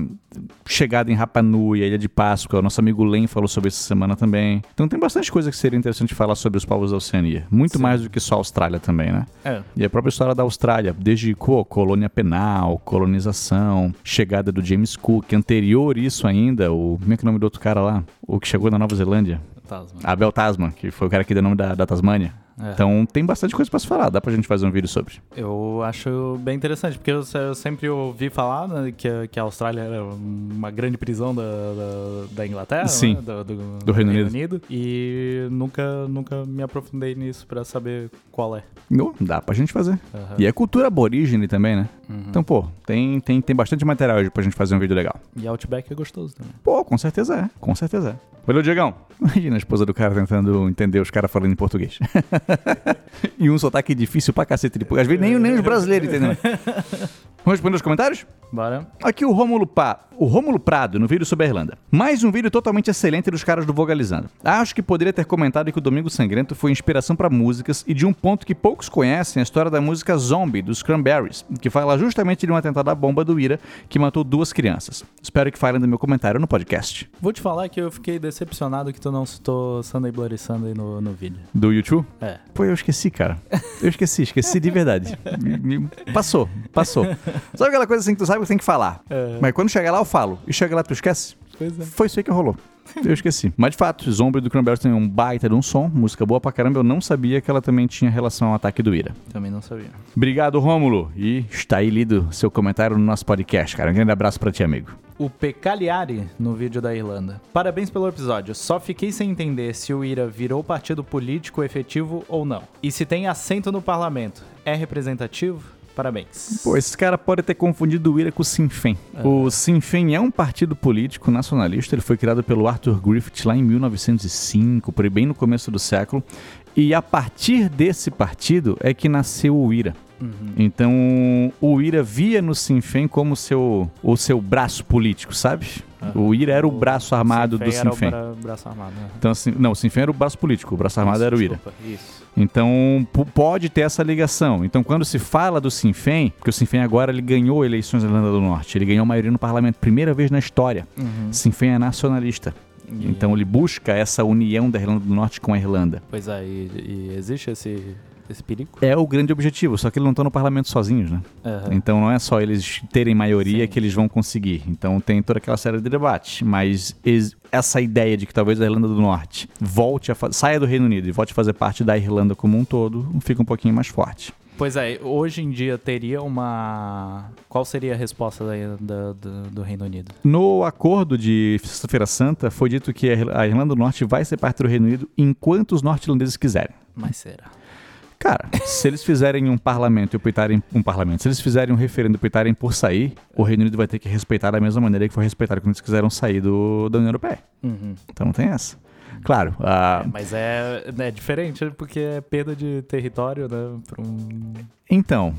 chegada em Rapa Nui, a Ilha de Páscoa, o nosso amigo Len falou sobre isso essa semana também. Então tem bastante coisa que seria interessante falar sobre os povos da Oceania, muito Sim. mais do que só a Austrália também, né? É. E a própria história da Austrália, desde co- colônia penal, colonização, chegada do James Cook, anterior isso ainda, o como é que é o nome do outro cara lá? O que chegou na Nova Zelândia? Fantasma. Abel Tasman, que foi o cara que deu o nome da, da Tasmânia. É. Ah, Então tem bastante coisa pra se falar, dá pra gente fazer um vídeo sobre. Eu acho bem interessante, porque eu, se- eu sempre ouvi falar né, que, que a Austrália era uma grande prisão da, da, da Inglaterra, Sim. né, do, do, Do Reino Unido. E nunca, nunca me aprofundei nisso pra saber qual é. Não, dá pra gente fazer. Aham. E é cultura aborígene também, né? Então, pô, tem, tem, tem bastante material hoje pra gente fazer um vídeo legal. E Outback é gostoso também. Pô, com certeza é, com certeza é. Valeu, Diegão. Imagina a esposa do cara tentando entender os caras falando em português. e um sotaque difícil pra cacete. de- Às vezes nem, nem os brasileiros, entendeu? Vamos responder os comentários? Bora? Aqui o Rômulo pa... o Rômulo Prado, no vídeo sobre a Irlanda. Mais um vídeo totalmente excelente dos caras do Vogalizando. Acho que poderia ter comentado que o Domingo Sangrento foi inspiração pra músicas e de um ponto que poucos conhecem, a história da música Zombie, dos Cranberries, que fala justamente de um atentado à bomba do Ira, que matou duas crianças. Espero que falem do meu comentário no podcast. Vou te falar que eu fiquei decepcionado que tu não citou Sunday Bloody Sunday no, no vídeo. Do YouTube? É. Pô, eu esqueci, cara. Eu esqueci, esqueci de verdade. Me- me- Passou, passou. Sabe aquela coisa assim que tu sabe que tem que falar? É. Mas quando chegar lá eu falo. E chega lá tu esquece? Pois é. Foi isso aí que rolou. Eu esqueci. Mas de fato, Zombie do Cranberries tem um baita de um som, música boa pra caramba. Eu não sabia que ela também tinha relação ao ataque do Ira. Também não sabia. Obrigado, Rômulo. E está aí lido seu comentário no nosso podcast, cara. Um grande abraço pra ti, amigo. O Pecaliari no vídeo da Irlanda. Parabéns pelo episódio. Só fiquei sem entender se o IRA virou partido político efetivo ou não. E se tem assento no parlamento. É representativo? Parabéns. Pô, esse cara pode ter confundido o Ira com o Sinn Féin. O Sinn Féin é um partido político nacionalista. Ele foi criado pelo Arthur Griffith lá em 1905, por aí bem no começo do século. E a partir desse partido é que nasceu o IRA. Então, o IRA via no Sinn Féin como seu, o seu braço político, sabe? O IRA era o braço armado do Sinn Féin. Era o bra- braço armado. né? Então, assim, não, o Sinn Féin era o braço político, o braço armado era o IRA. Desculpa, Isso. Então, p- pode ter essa ligação. Então, quando se fala do Sinn Féin, porque o Sinn Féin agora ele ganhou eleições na Irlanda do Norte, ele ganhou a maioria no parlamento, primeira vez na história. Uhum. Sinn Féin é nacionalista. Então, ele busca essa união da Irlanda do Norte com a Irlanda. Pois é, e, e existe esse, esse perigo? É o grande objetivo, só que eles não estão no parlamento sozinhos, né? Aham. Então não é só eles terem maioria que eles vão conseguir. Então tem toda aquela série de debates. Mas ex- essa ideia de que talvez a Irlanda do Norte volte a fa- saia do Reino Unido e volte a fazer parte da Irlanda como um todo, fica um pouquinho mais forte. Pois é, hoje em dia teria uma. Qual seria a resposta da- da- do, do Reino Unido? No acordo de Sexta-feira Santa, foi dito que a Ir- a Irlanda do Norte vai ser parte do Reino Unido enquanto os norte-irlandeses quiserem. Mas será? Cara, se eles fizerem um parlamento e optarem um parlamento, se eles fizerem um referendo e optarem por sair, o Reino Unido vai ter que respeitar da mesma maneira que foi respeitado quando eles quiseram sair do, da União Europeia. Uhum. Então não tem essa. Claro, ah, a- É, mas é, é diferente, porque é perda de território, né? Pra um... então,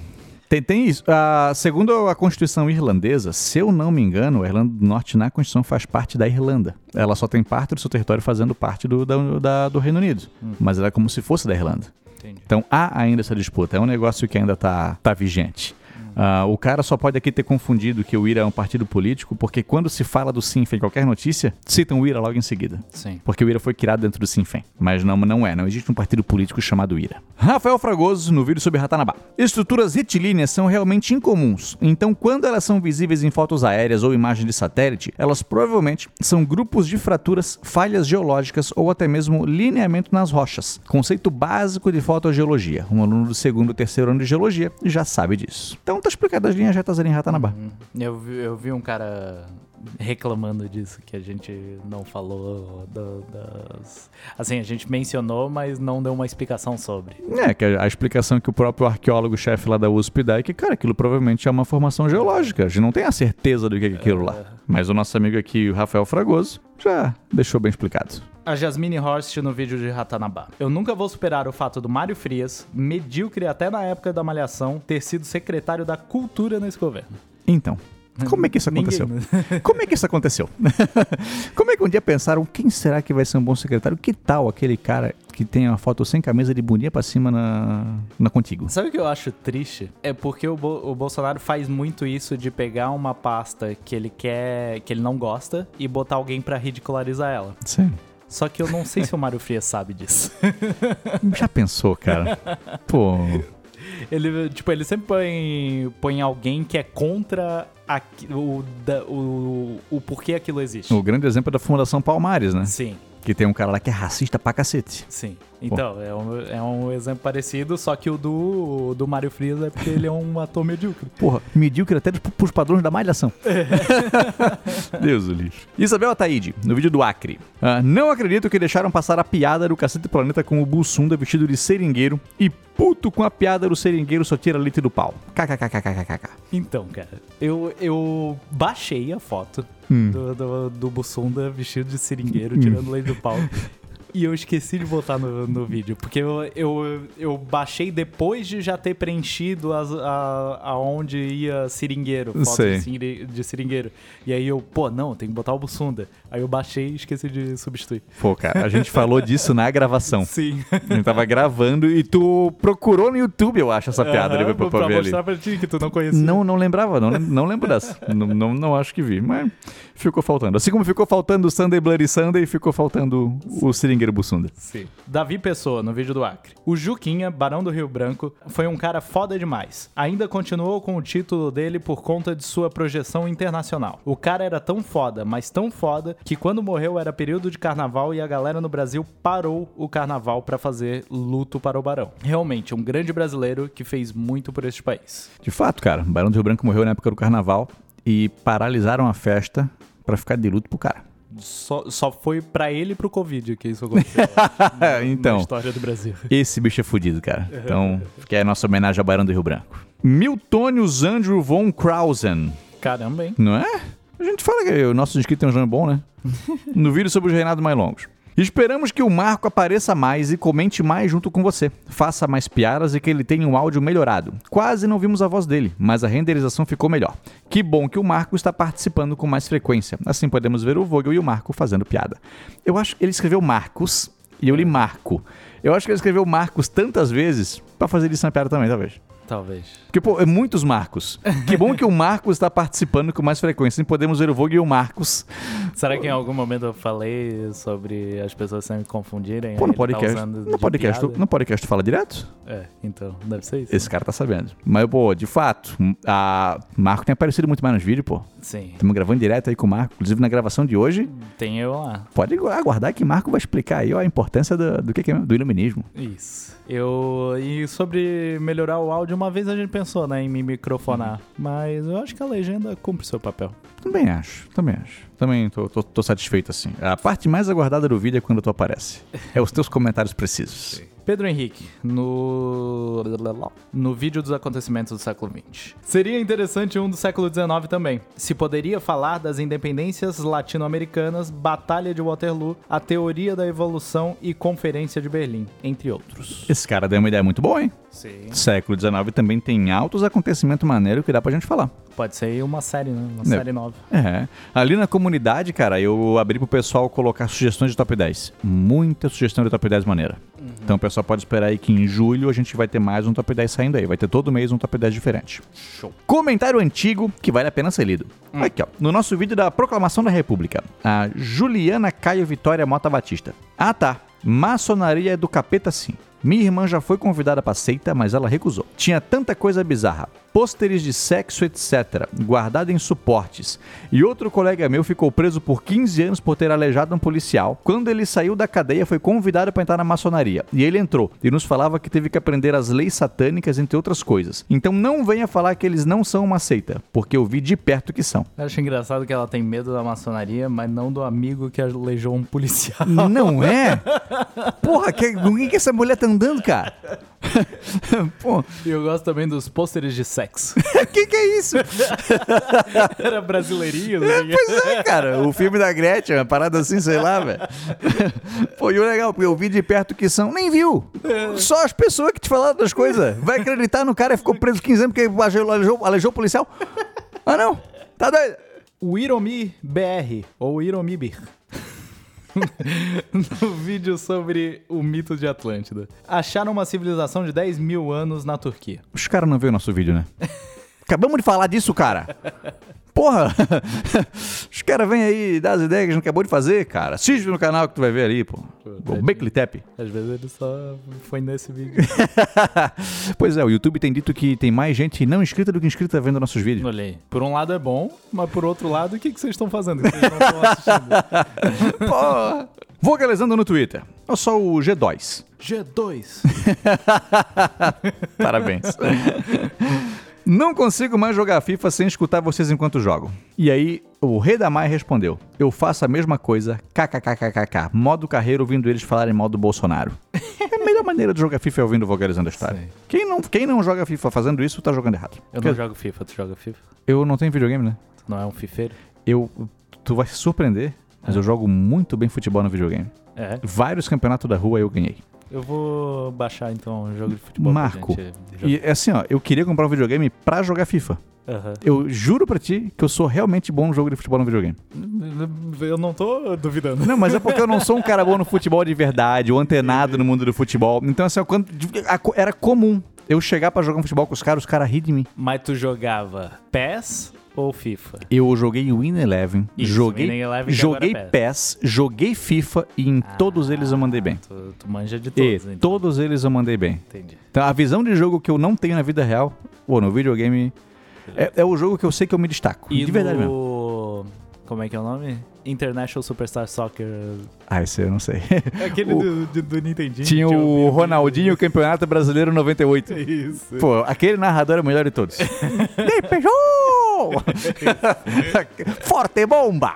Tem, tem isso. Ah, segundo a Constituição Irlandesa, se eu não me engano, a Irlanda do Norte na Constituição faz parte da Irlanda. Ela só tem parte do seu território fazendo parte do, da- da- do Reino Unido. Mas ela é como se fosse da Irlanda. hum, Entendi. Então há ainda essa disputa. É um negócio que ainda está tá vigente. Ah, o cara só pode aqui ter confundido que o IRA é um partido político, porque quando se fala do Sinfen em qualquer notícia, citam o IRA logo em seguida. Sim. Porque o IRA foi criado dentro do Sinfen. Mas não, não é, não existe um partido político chamado IRA. Rafael Fragoso, no vídeo sobre Ratanabá. Estruturas retilíneas são realmente incomuns, então quando elas são visíveis em fotos aéreas ou imagens de satélite, elas provavelmente são grupos de fraturas, falhas geológicas ou até mesmo lineamento nas rochas. Conceito básico de fotogeologia. Um aluno do segundo ou terceiro ano de geologia já sabe disso. Então tá explicado as linhas retas ali em Ratanabá. Uhum. Eu vi, eu vi um cara reclamando disso, que a gente não falou do- das... Assim, a gente mencionou, mas não deu uma explicação sobre. É, que a a explicação que o próprio arqueólogo-chefe lá da USP dá é que, cara, aquilo provavelmente é uma formação geológica. A gente não tem a certeza do que é aquilo lá. Mas o nosso amigo aqui, o Rafael Fragoso, já deixou bem explicado. A Jasmine Horst no vídeo de Ratanabá. Eu nunca vou superar o fato do Mário Frias, medíocre até na época da Malhação, ter sido secretário da Cultura nesse governo. Então, como é que isso aconteceu? né? Como é que isso aconteceu? como é que um dia pensaram, quem será que vai ser um bom secretário? Que tal aquele cara que tem uma foto sem camisa de bundinha pra cima na, na contigo? Sabe o que eu acho triste? É porque o, Bo- o Bolsonaro faz muito isso de pegar uma pasta que ele quer, que ele não gosta e botar alguém pra ridicularizar ela. Sério? Só que eu não sei se o Mário Frias sabe disso. Já pensou, cara? Pô, Ele, tipo, ele sempre põe, põe alguém que é contra aqui- o, da- o, o porquê aquilo existe. o grande exemplo é da Fundação Palmares, né? Sim, Que tem um cara lá que é racista pra cacete. sim. Então, é um, é um exemplo parecido, só que o do, o do Mário Frias é porque ele é um ator medíocre. Porra, medíocre até pro- pros padrões da malhação. É. Deus do lixo. Isabel Ataíde, no vídeo do Acre. Ah, não acredito que deixaram passar a piada do Cacete Planeta com o Bussunda vestido de seringueiro e puto com a piada do seringueiro só tira leite do pau. KKKKKKK. Então, cara, eu, eu baixei a foto do, do, do Bussunda vestido de seringueiro tirando leite do pau. E eu esqueci de botar no, no vídeo, porque eu, eu, eu baixei depois de já ter preenchido as, a, aonde ia seringueiro, foto Sei. de, siri- de seringueiro. E aí eu, pô, não, tem que botar o Bussunda. Aí eu baixei e esqueci de substituir. Pô, cara, a gente falou disso na gravação. Sim. A gente tava gravando e tu procurou no YouTube, eu acho, essa piada Aham, ali pra, pra ver ali. mostrar pra ti que tu não conhecia. Não, não lembrava, não, lem- não lembro dessa. não, não, não acho que vi, mas ficou faltando. Assim como ficou faltando o Sunday Bloody Sunday, ficou faltando o Seringueiro Bussunda. Sim. Davi Pessoa, no vídeo do Acre. O Juquinha, Barão do Rio Branco, foi um cara foda demais. Ainda continuou com o título dele por conta de sua projeção internacional. O cara era tão foda, mas tão foda, que quando morreu era período de carnaval e a galera no Brasil parou o carnaval pra fazer luto para o Barão. Realmente, um grande brasileiro que fez muito por este país. De fato, cara, o Barão do Rio Branco morreu na época do carnaval e paralisaram a festa pra ficar de luto pro cara. Só, só foi pra ele e pro Covid que isso aconteceu na então, história do Brasil. esse bicho é fudido, cara. Então, fica aí a nossa homenagem ao Barão do Rio Branco. Miltonius Andrew von Krausen. Caramba, hein? Não é? A gente fala que o nosso inscrito tem um nome bom, né? No vídeo sobre os reinados mais longos. Esperamos que o Marco apareça mais e comente mais junto com você. Faça mais piadas e que ele tenha um áudio melhorado. Quase não vimos a voz dele, mas a renderização ficou melhor. Que bom que o Marco está participando com mais frequência. Assim podemos ver o Vogel e o Marco fazendo piada. Eu acho que ele escreveu Marcos e eu li Marco. Eu acho que ele escreveu Marcos tantas vezes pra fazer isso na piada também, talvez. Talvez. Porque, pô, é muitos Marcos. Que bom que o Marcos está participando com mais frequência. E podemos ver o Vogue e o Marcos. Será que em algum momento eu falei sobre as pessoas sempre confundirem? Pô, Aí no ele podcast. Tá usando no, de podcast tu, piada? no podcast tu fala direto? É, então, deve ser isso. Esse cara tá sabendo. Mas, pô, de fato, a Marco tem aparecido muito mais nos vídeos, pô. Sim, Estamos gravando direto aí com o Marco. Inclusive, na gravação de hoje, tem eu lá. pode aguardar que Marco vai explicar aí ó, a importância do, do que, que é do iluminismo. Isso. Eu. E sobre melhorar o áudio, uma vez a gente pensou, né, em me microfonar. Uhum. Mas eu acho que a legenda cumpre seu papel. Também acho, também acho. Também tô, tô- tô satisfeito assim. A parte mais aguardada do vídeo é quando tu aparece. É os teus comentários precisos. Pedro Henrique, no. No vídeo dos acontecimentos do século XX. Seria interessante um do século XIX também. Se poderia falar das independências latino-americanas, Batalha de Waterloo, a teoria da evolução e Conferência de Berlim, entre outros. Esse cara deu uma ideia muito boa, hein? Sim. Século XIX também tem altos acontecimentos maneiros que dá pra gente falar. Pode ser uma série, né? Uma Não. série nova. É. Ali na comunidade, cara, eu abri pro pessoal colocar sugestões de top 10. Muita sugestão de top 10 maneira. Então o pessoal pode esperar aí que em julho a gente vai ter mais um top 10 saindo aí. Vai ter todo mês um top 10 diferente. Show. Comentário antigo que vale a pena ser lido. Aqui, ó. No nosso vídeo da Proclamação da República, a Juliana Caio Vitória Mota Batista. Ah, tá. Maçonaria é do capeta, sim. Minha irmã já foi convidada pra seita, mas ela recusou. Tinha tanta coisa bizarra. Pôsteres de sexo, etc. Guardado em suportes. E outro colega meu ficou preso por 15 anos por ter aleijado um policial. Quando ele saiu da cadeia, foi convidado pra entrar na maçonaria. E ele entrou. E nos falava que teve que aprender as leis satânicas, entre outras coisas. Então não venha falar que eles não são uma seita. Porque eu vi de perto que são. Eu acho engraçado que ela tem medo da maçonaria, mas não do amigo que aleijou um policial. Não é? Porra, que, com quem que essa mulher tá andando, cara? Pô, E eu gosto também dos pôsteres de sexo. que que é isso? Era brasileirinho, né? Pois é, cara. O filme da Gretchen, uma parada assim, sei lá, velho. Pô, e o legal, porque eu vi de perto que são. Nem viu. Só as pessoas que te falaram das coisas. Vai acreditar no cara e ficou preso 15 anos porque alejou, alejou, alejou o policial? Ah, não. Tá doido? O Iromi BR, ou Iromibir. no vídeo sobre o mito de Atlântida. Acharam uma civilização de 10 mil anos na Turquia. Os caras não viram o nosso vídeo, né? Acabamos de falar disso, cara. Porra! Os caras vêm aí dar as ideias que a gente acabou de fazer, cara. Assiste no canal que tu vai ver ali, pô. O Bakely Tap. Às vezes ele só foi nesse vídeo. pois é, o YouTube tem dito que tem mais gente não inscrita do que inscrita vendo nossos vídeos. Olhei. Por um lado é bom, mas por outro lado, o que, que vocês estão fazendo? Que vocês não estão assistindo? Porra! Vogalizando no Twitter. Eu sou o G2. G2. Parabéns. Não consigo mais jogar FIFA sem escutar vocês enquanto jogo. E aí, o Redamai respondeu: Eu faço a mesma coisa, kkkkk, modo carreira ouvindo eles falarem mal do Bolsonaro. É a melhor maneira de jogar FIFA é ouvindo o Vogalizando a História. Sim. Quem não, quem não joga FIFA fazendo isso, tá jogando errado. Eu não jogo FIFA, tu joga FIFA? Eu não tenho videogame, né? Tu não é um fifeiro? Eu, tu vai se surpreender, mas eu jogo muito bem futebol no videogame. É. Vários campeonatos da rua eu ganhei. Eu vou baixar então um jogo de futebol. pra Marco, gente jogar. e é assim, ó, eu queria comprar um videogame pra jogar FIFA. Aham. Eu juro pra ti que eu sou realmente bom no jogo de futebol no videogame. Eu não tô duvidando. Não, mas é porque eu não sou um cara bom no futebol de verdade, ou antenado no mundo do futebol. Então, assim, ó, quando, a co- era comum eu chegar pra jogar um futebol com os caras, os caras ri de mim. Mas tu jogava PES ou FIFA? Eu joguei Win Eleven, Isso, joguei, Winning Eleven, que joguei agora é Ah, PES, joguei FIFA e em todos eles eu mandei bem. Tu, tu manja de E todos, então. todos eles eu mandei bem. Entendi. Então, a visão de jogo que eu não tenho na vida real, ou no videogame, é, é o jogo que eu sei que eu me destaco. E de verdade mesmo. no... Como é que é o nome? International Superstar Soccer. Ah, isso eu não sei. É Aquele O- do, do, do Nintendinho. Tinha que eu vi, o eu vi. Ronaldinho, Campeonato Brasileiro 98. Isso. Pô, aquele narrador é o melhor de todos. Despejou! Forte bomba!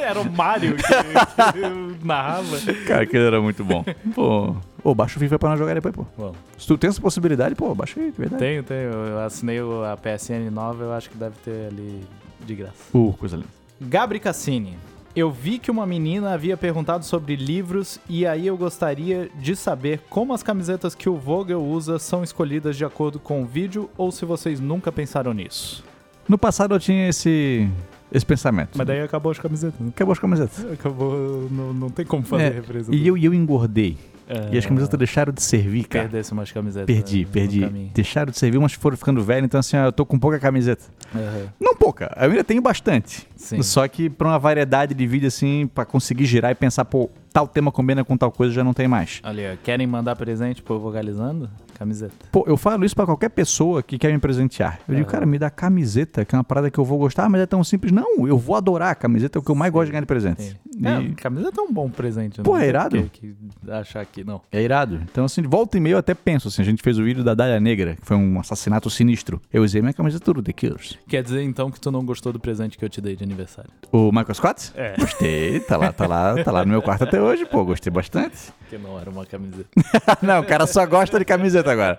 Era o Mario que, que narrava. Cara, aquele era muito bom. Pô, ô, baixa o FIFA pra nós jogar depois, pô. Bom, Se tu tem essa possibilidade, pô, baixa aí, de verdade. tenho, tenho. Eu assinei o- a PSN nova, eu acho que deve ter ali de graça. Uh, coisa linda. Gabri Cassini. Eu vi que uma menina havia perguntado sobre livros e aí eu gostaria de saber como as camisetas que o Vogel usa são escolhidas de acordo com o vídeo ou se vocês nunca pensaram nisso. No passado eu tinha esse, esse pensamento. Mas daí acabou as camisetas, né? Acabou as camisetas. Acabou, não, não tem como fazer É, represa. e eu, e eu engordei. É, E as camisetas deixaram de servir, cara. Perdesse umas camisetas. né, Perdi, no perdi. caminho. Deixaram de servir, mas foram ficando velhas, então assim, ó, eu tô com pouca camiseta. Aham. Não pouca, eu ainda tenho bastante. Sim. Só que pra uma variedade de vídeo, assim, pra conseguir girar e pensar, pô, tal tema combina com tal coisa, já não tem mais. Olha, ó, querem mandar presente pro Vogalizando? Camiseta. Pô, eu falo isso pra qualquer pessoa que quer me presentear. Eu digo, cara, me dá camiseta, que é uma parada que eu vou gostar, mas é tão simples. Não, eu vou adorar. A camiseta é o que eu mais gosto de ganhar de presente. E- É, camiseta é um bom presente. né? Pô, é irado. Tem Que, que achar que não. É irado. Então, assim, de volta e meia eu até penso, assim, a gente fez o vídeo da Dália Negra, que foi um assassinato sinistro. Eu usei minha camiseta do The Killers. Quer dizer, então, que tu não gostou do presente que eu te dei de aniversário. O Michael Scott? É. Gostei, tá lá, tá lá, tá lá no meu quarto até hoje, pô, gostei bastante. Que não era uma camiseta. não, o cara só gosta de camiseta agora.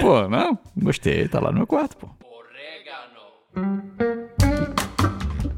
Pô, não, gostei, tá lá no meu quarto, pô.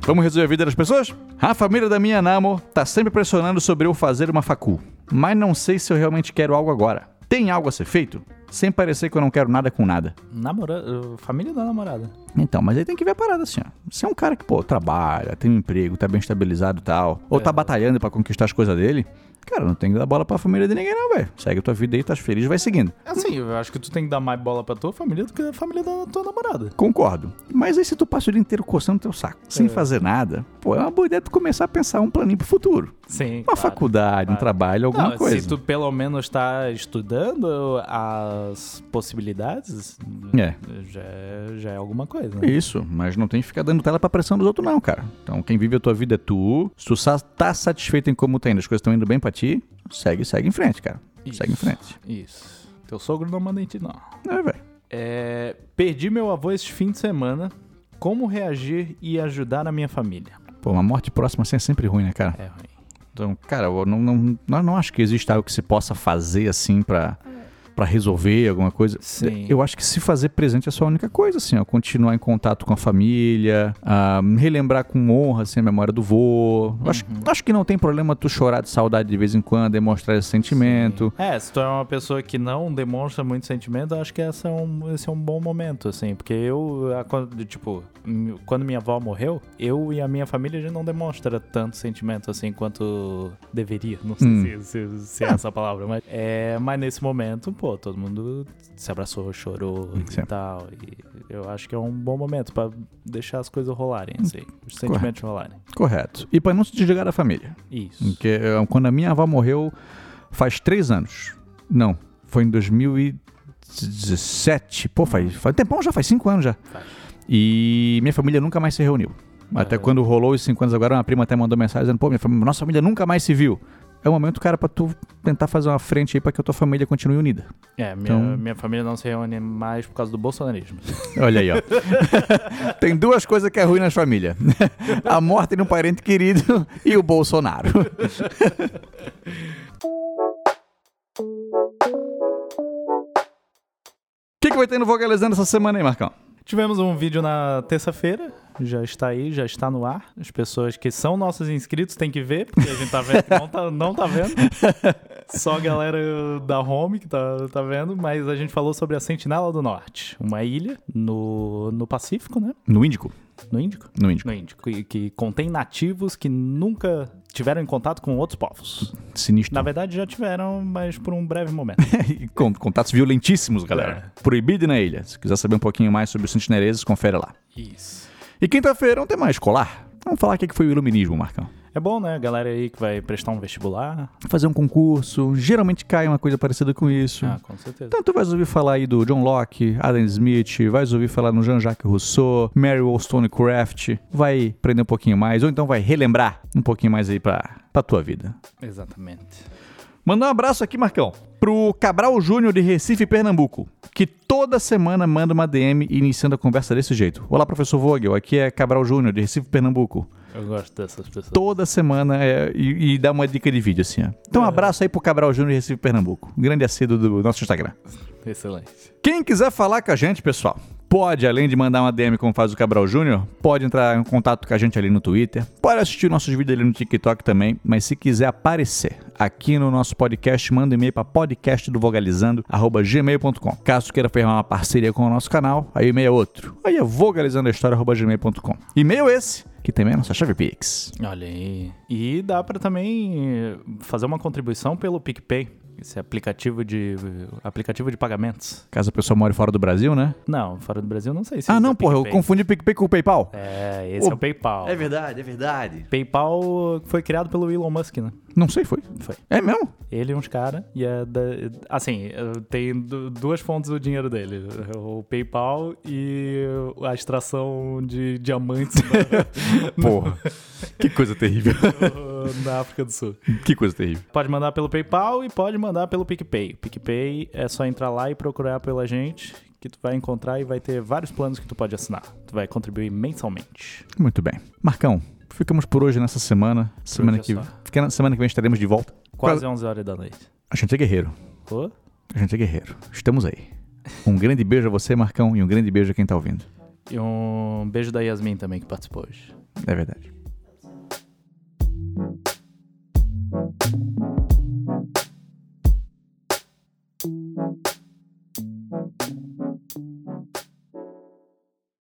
Vamos resolver a vida das pessoas? A família da minha Namo tá sempre pressionando sobre eu fazer uma facul, mas não sei se eu realmente quero algo agora. Tem algo a ser feito? Sem parecer que eu não quero nada com nada. Namorada. eh, Família da namorada. Então, mas aí tem que ver a parada assim, ó. Você é um cara que, pô, trabalha, tem um emprego, tá bem estabilizado e tal, ou tá batalhando pra conquistar as coisas dele, cara, não tem que dar bola pra família de ninguém não, velho. Segue a tua vida aí, tá feliz, vai seguindo. Assim, eu acho que tu tem que dar mais bola pra tua família do que a família da tua namorada. Concordo. Mas aí se tu passa o dia inteiro coçando teu saco, sem fazer nada, pô, é uma boa ideia tu começar a pensar um planinho pro futuro. Sim. Uma faculdade, um claro. trabalho, alguma Não, coisa. Se tu pelo menos tá estudando as possibilidades, É. já, é- já é alguma coisa, né? Isso, mas não tem que ficar dando tela pra pressão dos outros, não, cara. Então, quem vive a tua vida é tu. Se tu sa- tá satisfeito em como tá indo, as coisas estão indo bem pra ti, segue, segue em frente, cara. Isso. Segue em frente. Isso. Teu sogro não manda em ti, não. É, velho. É, perdi meu avô este fim de semana. Como reagir e ajudar a minha família? Pô, uma morte próxima assim é sempre ruim, né, cara? É ruim. Então, cara, eu não, não, não, não acho que exista algo que se possa fazer assim pra, pra resolver alguma coisa. Sim. Eu acho que se fazer presente é só a única coisa, assim, ó. Continuar em contato com a família, ah, relembrar com honra, assim, a memória do vô. Eu Acho, acho que não tem problema tu chorar de saudade de vez em quando, demonstrar esse sentimento. É, se tu é uma pessoa que não demonstra muito sentimento, eu acho que essa é um, esse é um bom momento, assim. Porque eu, a- quando, tipo, m- quando minha avó morreu, eu e a minha família, a gente não demonstra tanto sentimento, assim, quanto deveria. Não sei Hum. se, se- se é essa a palavra, mas... É, mas nesse momento, pô, todo mundo se abraçou, chorou Sim. e tal. E eu acho que é um bom momento pra deixar as coisas rolarem, assim. Os sentimentos rolarem. Correto. E pra não se desligar da família. Isso. Porque eh, quando a minha avó morreu, faz três anos. Não, foi em 2017. Pô, faz, faz um tempão já, faz cinco anos já. Uhum. Faz. É. E minha família nunca mais se reuniu. Até quando rolou os cinco anos agora, uma prima até mandou mensagem dizendo, pô, minha família, nossa família nunca mais se viu. É o momento, cara, pra tu tentar fazer uma frente aí pra que a tua família continue unida. É, minha, Então- minha família não se reúne mais por causa do bolsonarismo. Olha aí, ó. Tem duas coisas que é ruim nas famílias. A morte de um parente querido e o Bolsonaro. O que, que vai ter no Vogalizando essa semana aí, Marcão? Tivemos um vídeo na terça-feira, já está aí, já está no ar. As pessoas que são nossos inscritos têm que ver, porque a gente tá vendo que não tá, não tá vendo. Só a galera da home que tá, tá vendo, mas a gente falou sobre a Sentinela do Norte, uma ilha no, no Pacífico, né? No Índico? No Índico? No Índico. No Índico, e que contém nativos que nunca tiveram em contato com outros povos. Sinistro. Na verdade, já tiveram, mas por um breve momento. E com- contatos violentíssimos, galera. Proibido na ilha. Se quiser saber um pouquinho mais sobre os sentinereses, confere lá. Isso. E quinta-feira é um tema escolar. Vamos falar o que que foi o iluminismo, Marcão. É bom, né? A galera aí que vai prestar um vestibular. Fazer um concurso, geralmente cai uma coisa parecida com isso. Ah, com certeza. Então tu vais ouvir falar aí do John Locke, Adam Smith, vais ouvir falar no Jean-Jacques Rousseau, Mary Wollstonecraft, vai aprender um pouquinho mais, ou então vai relembrar um pouquinho mais aí pra, pra tua vida. Exatamente. Mandar um abraço aqui, Marcão, pro Cabral Júnior de Recife, Pernambuco, que toda semana manda uma DM iniciando a conversa desse jeito. Olá, professor Vogel, aqui é Cabral Júnior de Recife, Pernambuco. Eu gosto dessas pessoas. Toda semana é, e, e dá uma dica de vídeo assim, ó. Então um abraço aí pro Cabral Júnior de Recife, Pernambuco. Grande acedo do nosso Instagram. Excelente. Quem quiser falar com a gente, pessoal, pode, além de mandar uma DM como faz o Cabral Júnior, pode entrar em contato com a gente ali no Twitter, pode assistir nossos vídeos ali no TikTok também, mas se quiser aparecer aqui no nosso podcast, manda um e-mail para podcastdovogalizando.gmail.com. Caso queira firmar uma parceria com o nosso canal, aí o e-mail é outro. Aí é vogalizandohistoria.gmail.com. E-mail esse, que também é a nossa chave Pix. Olha aí. E dá pra também fazer uma contribuição pelo PicPay, esse aplicativo de aplicativo de pagamentos. Caso a pessoa more fora do Brasil, né? Não, fora do Brasil não sei se Ah, usa não, porra, eu PicPay. confundi o PicPay com o PayPal. É, esse é o PayPal. É verdade, é verdade. PayPal foi criado pelo Elon Musk, né? Não sei, foi. Foi. É mesmo? Ele e uns caras. E é da, assim, eh, tem du- duas fontes do dinheiro dele: o PayPal e a extração de diamantes da- Porra, que coisa terrível. no- na África do Sul. Que coisa terrível. Pode mandar pelo PayPal e pode mandar pelo PicPay. PicPay é só entrar lá e procurar pela gente, que tu vai encontrar e vai ter vários planos que tu pode assinar. Tu vai contribuir mensalmente. Muito bem. Marcão, ficamos por hoje nessa semana. Semana hoje que, é fica na semana que vem estaremos de volta. Quase 11 horas da noite. A gente é guerreiro. Ô, A gente é guerreiro. Estamos aí. Um grande beijo a você, Marcão, e um grande beijo a quem tá ouvindo. E um beijo da Yasmin também que participou hoje. É verdade.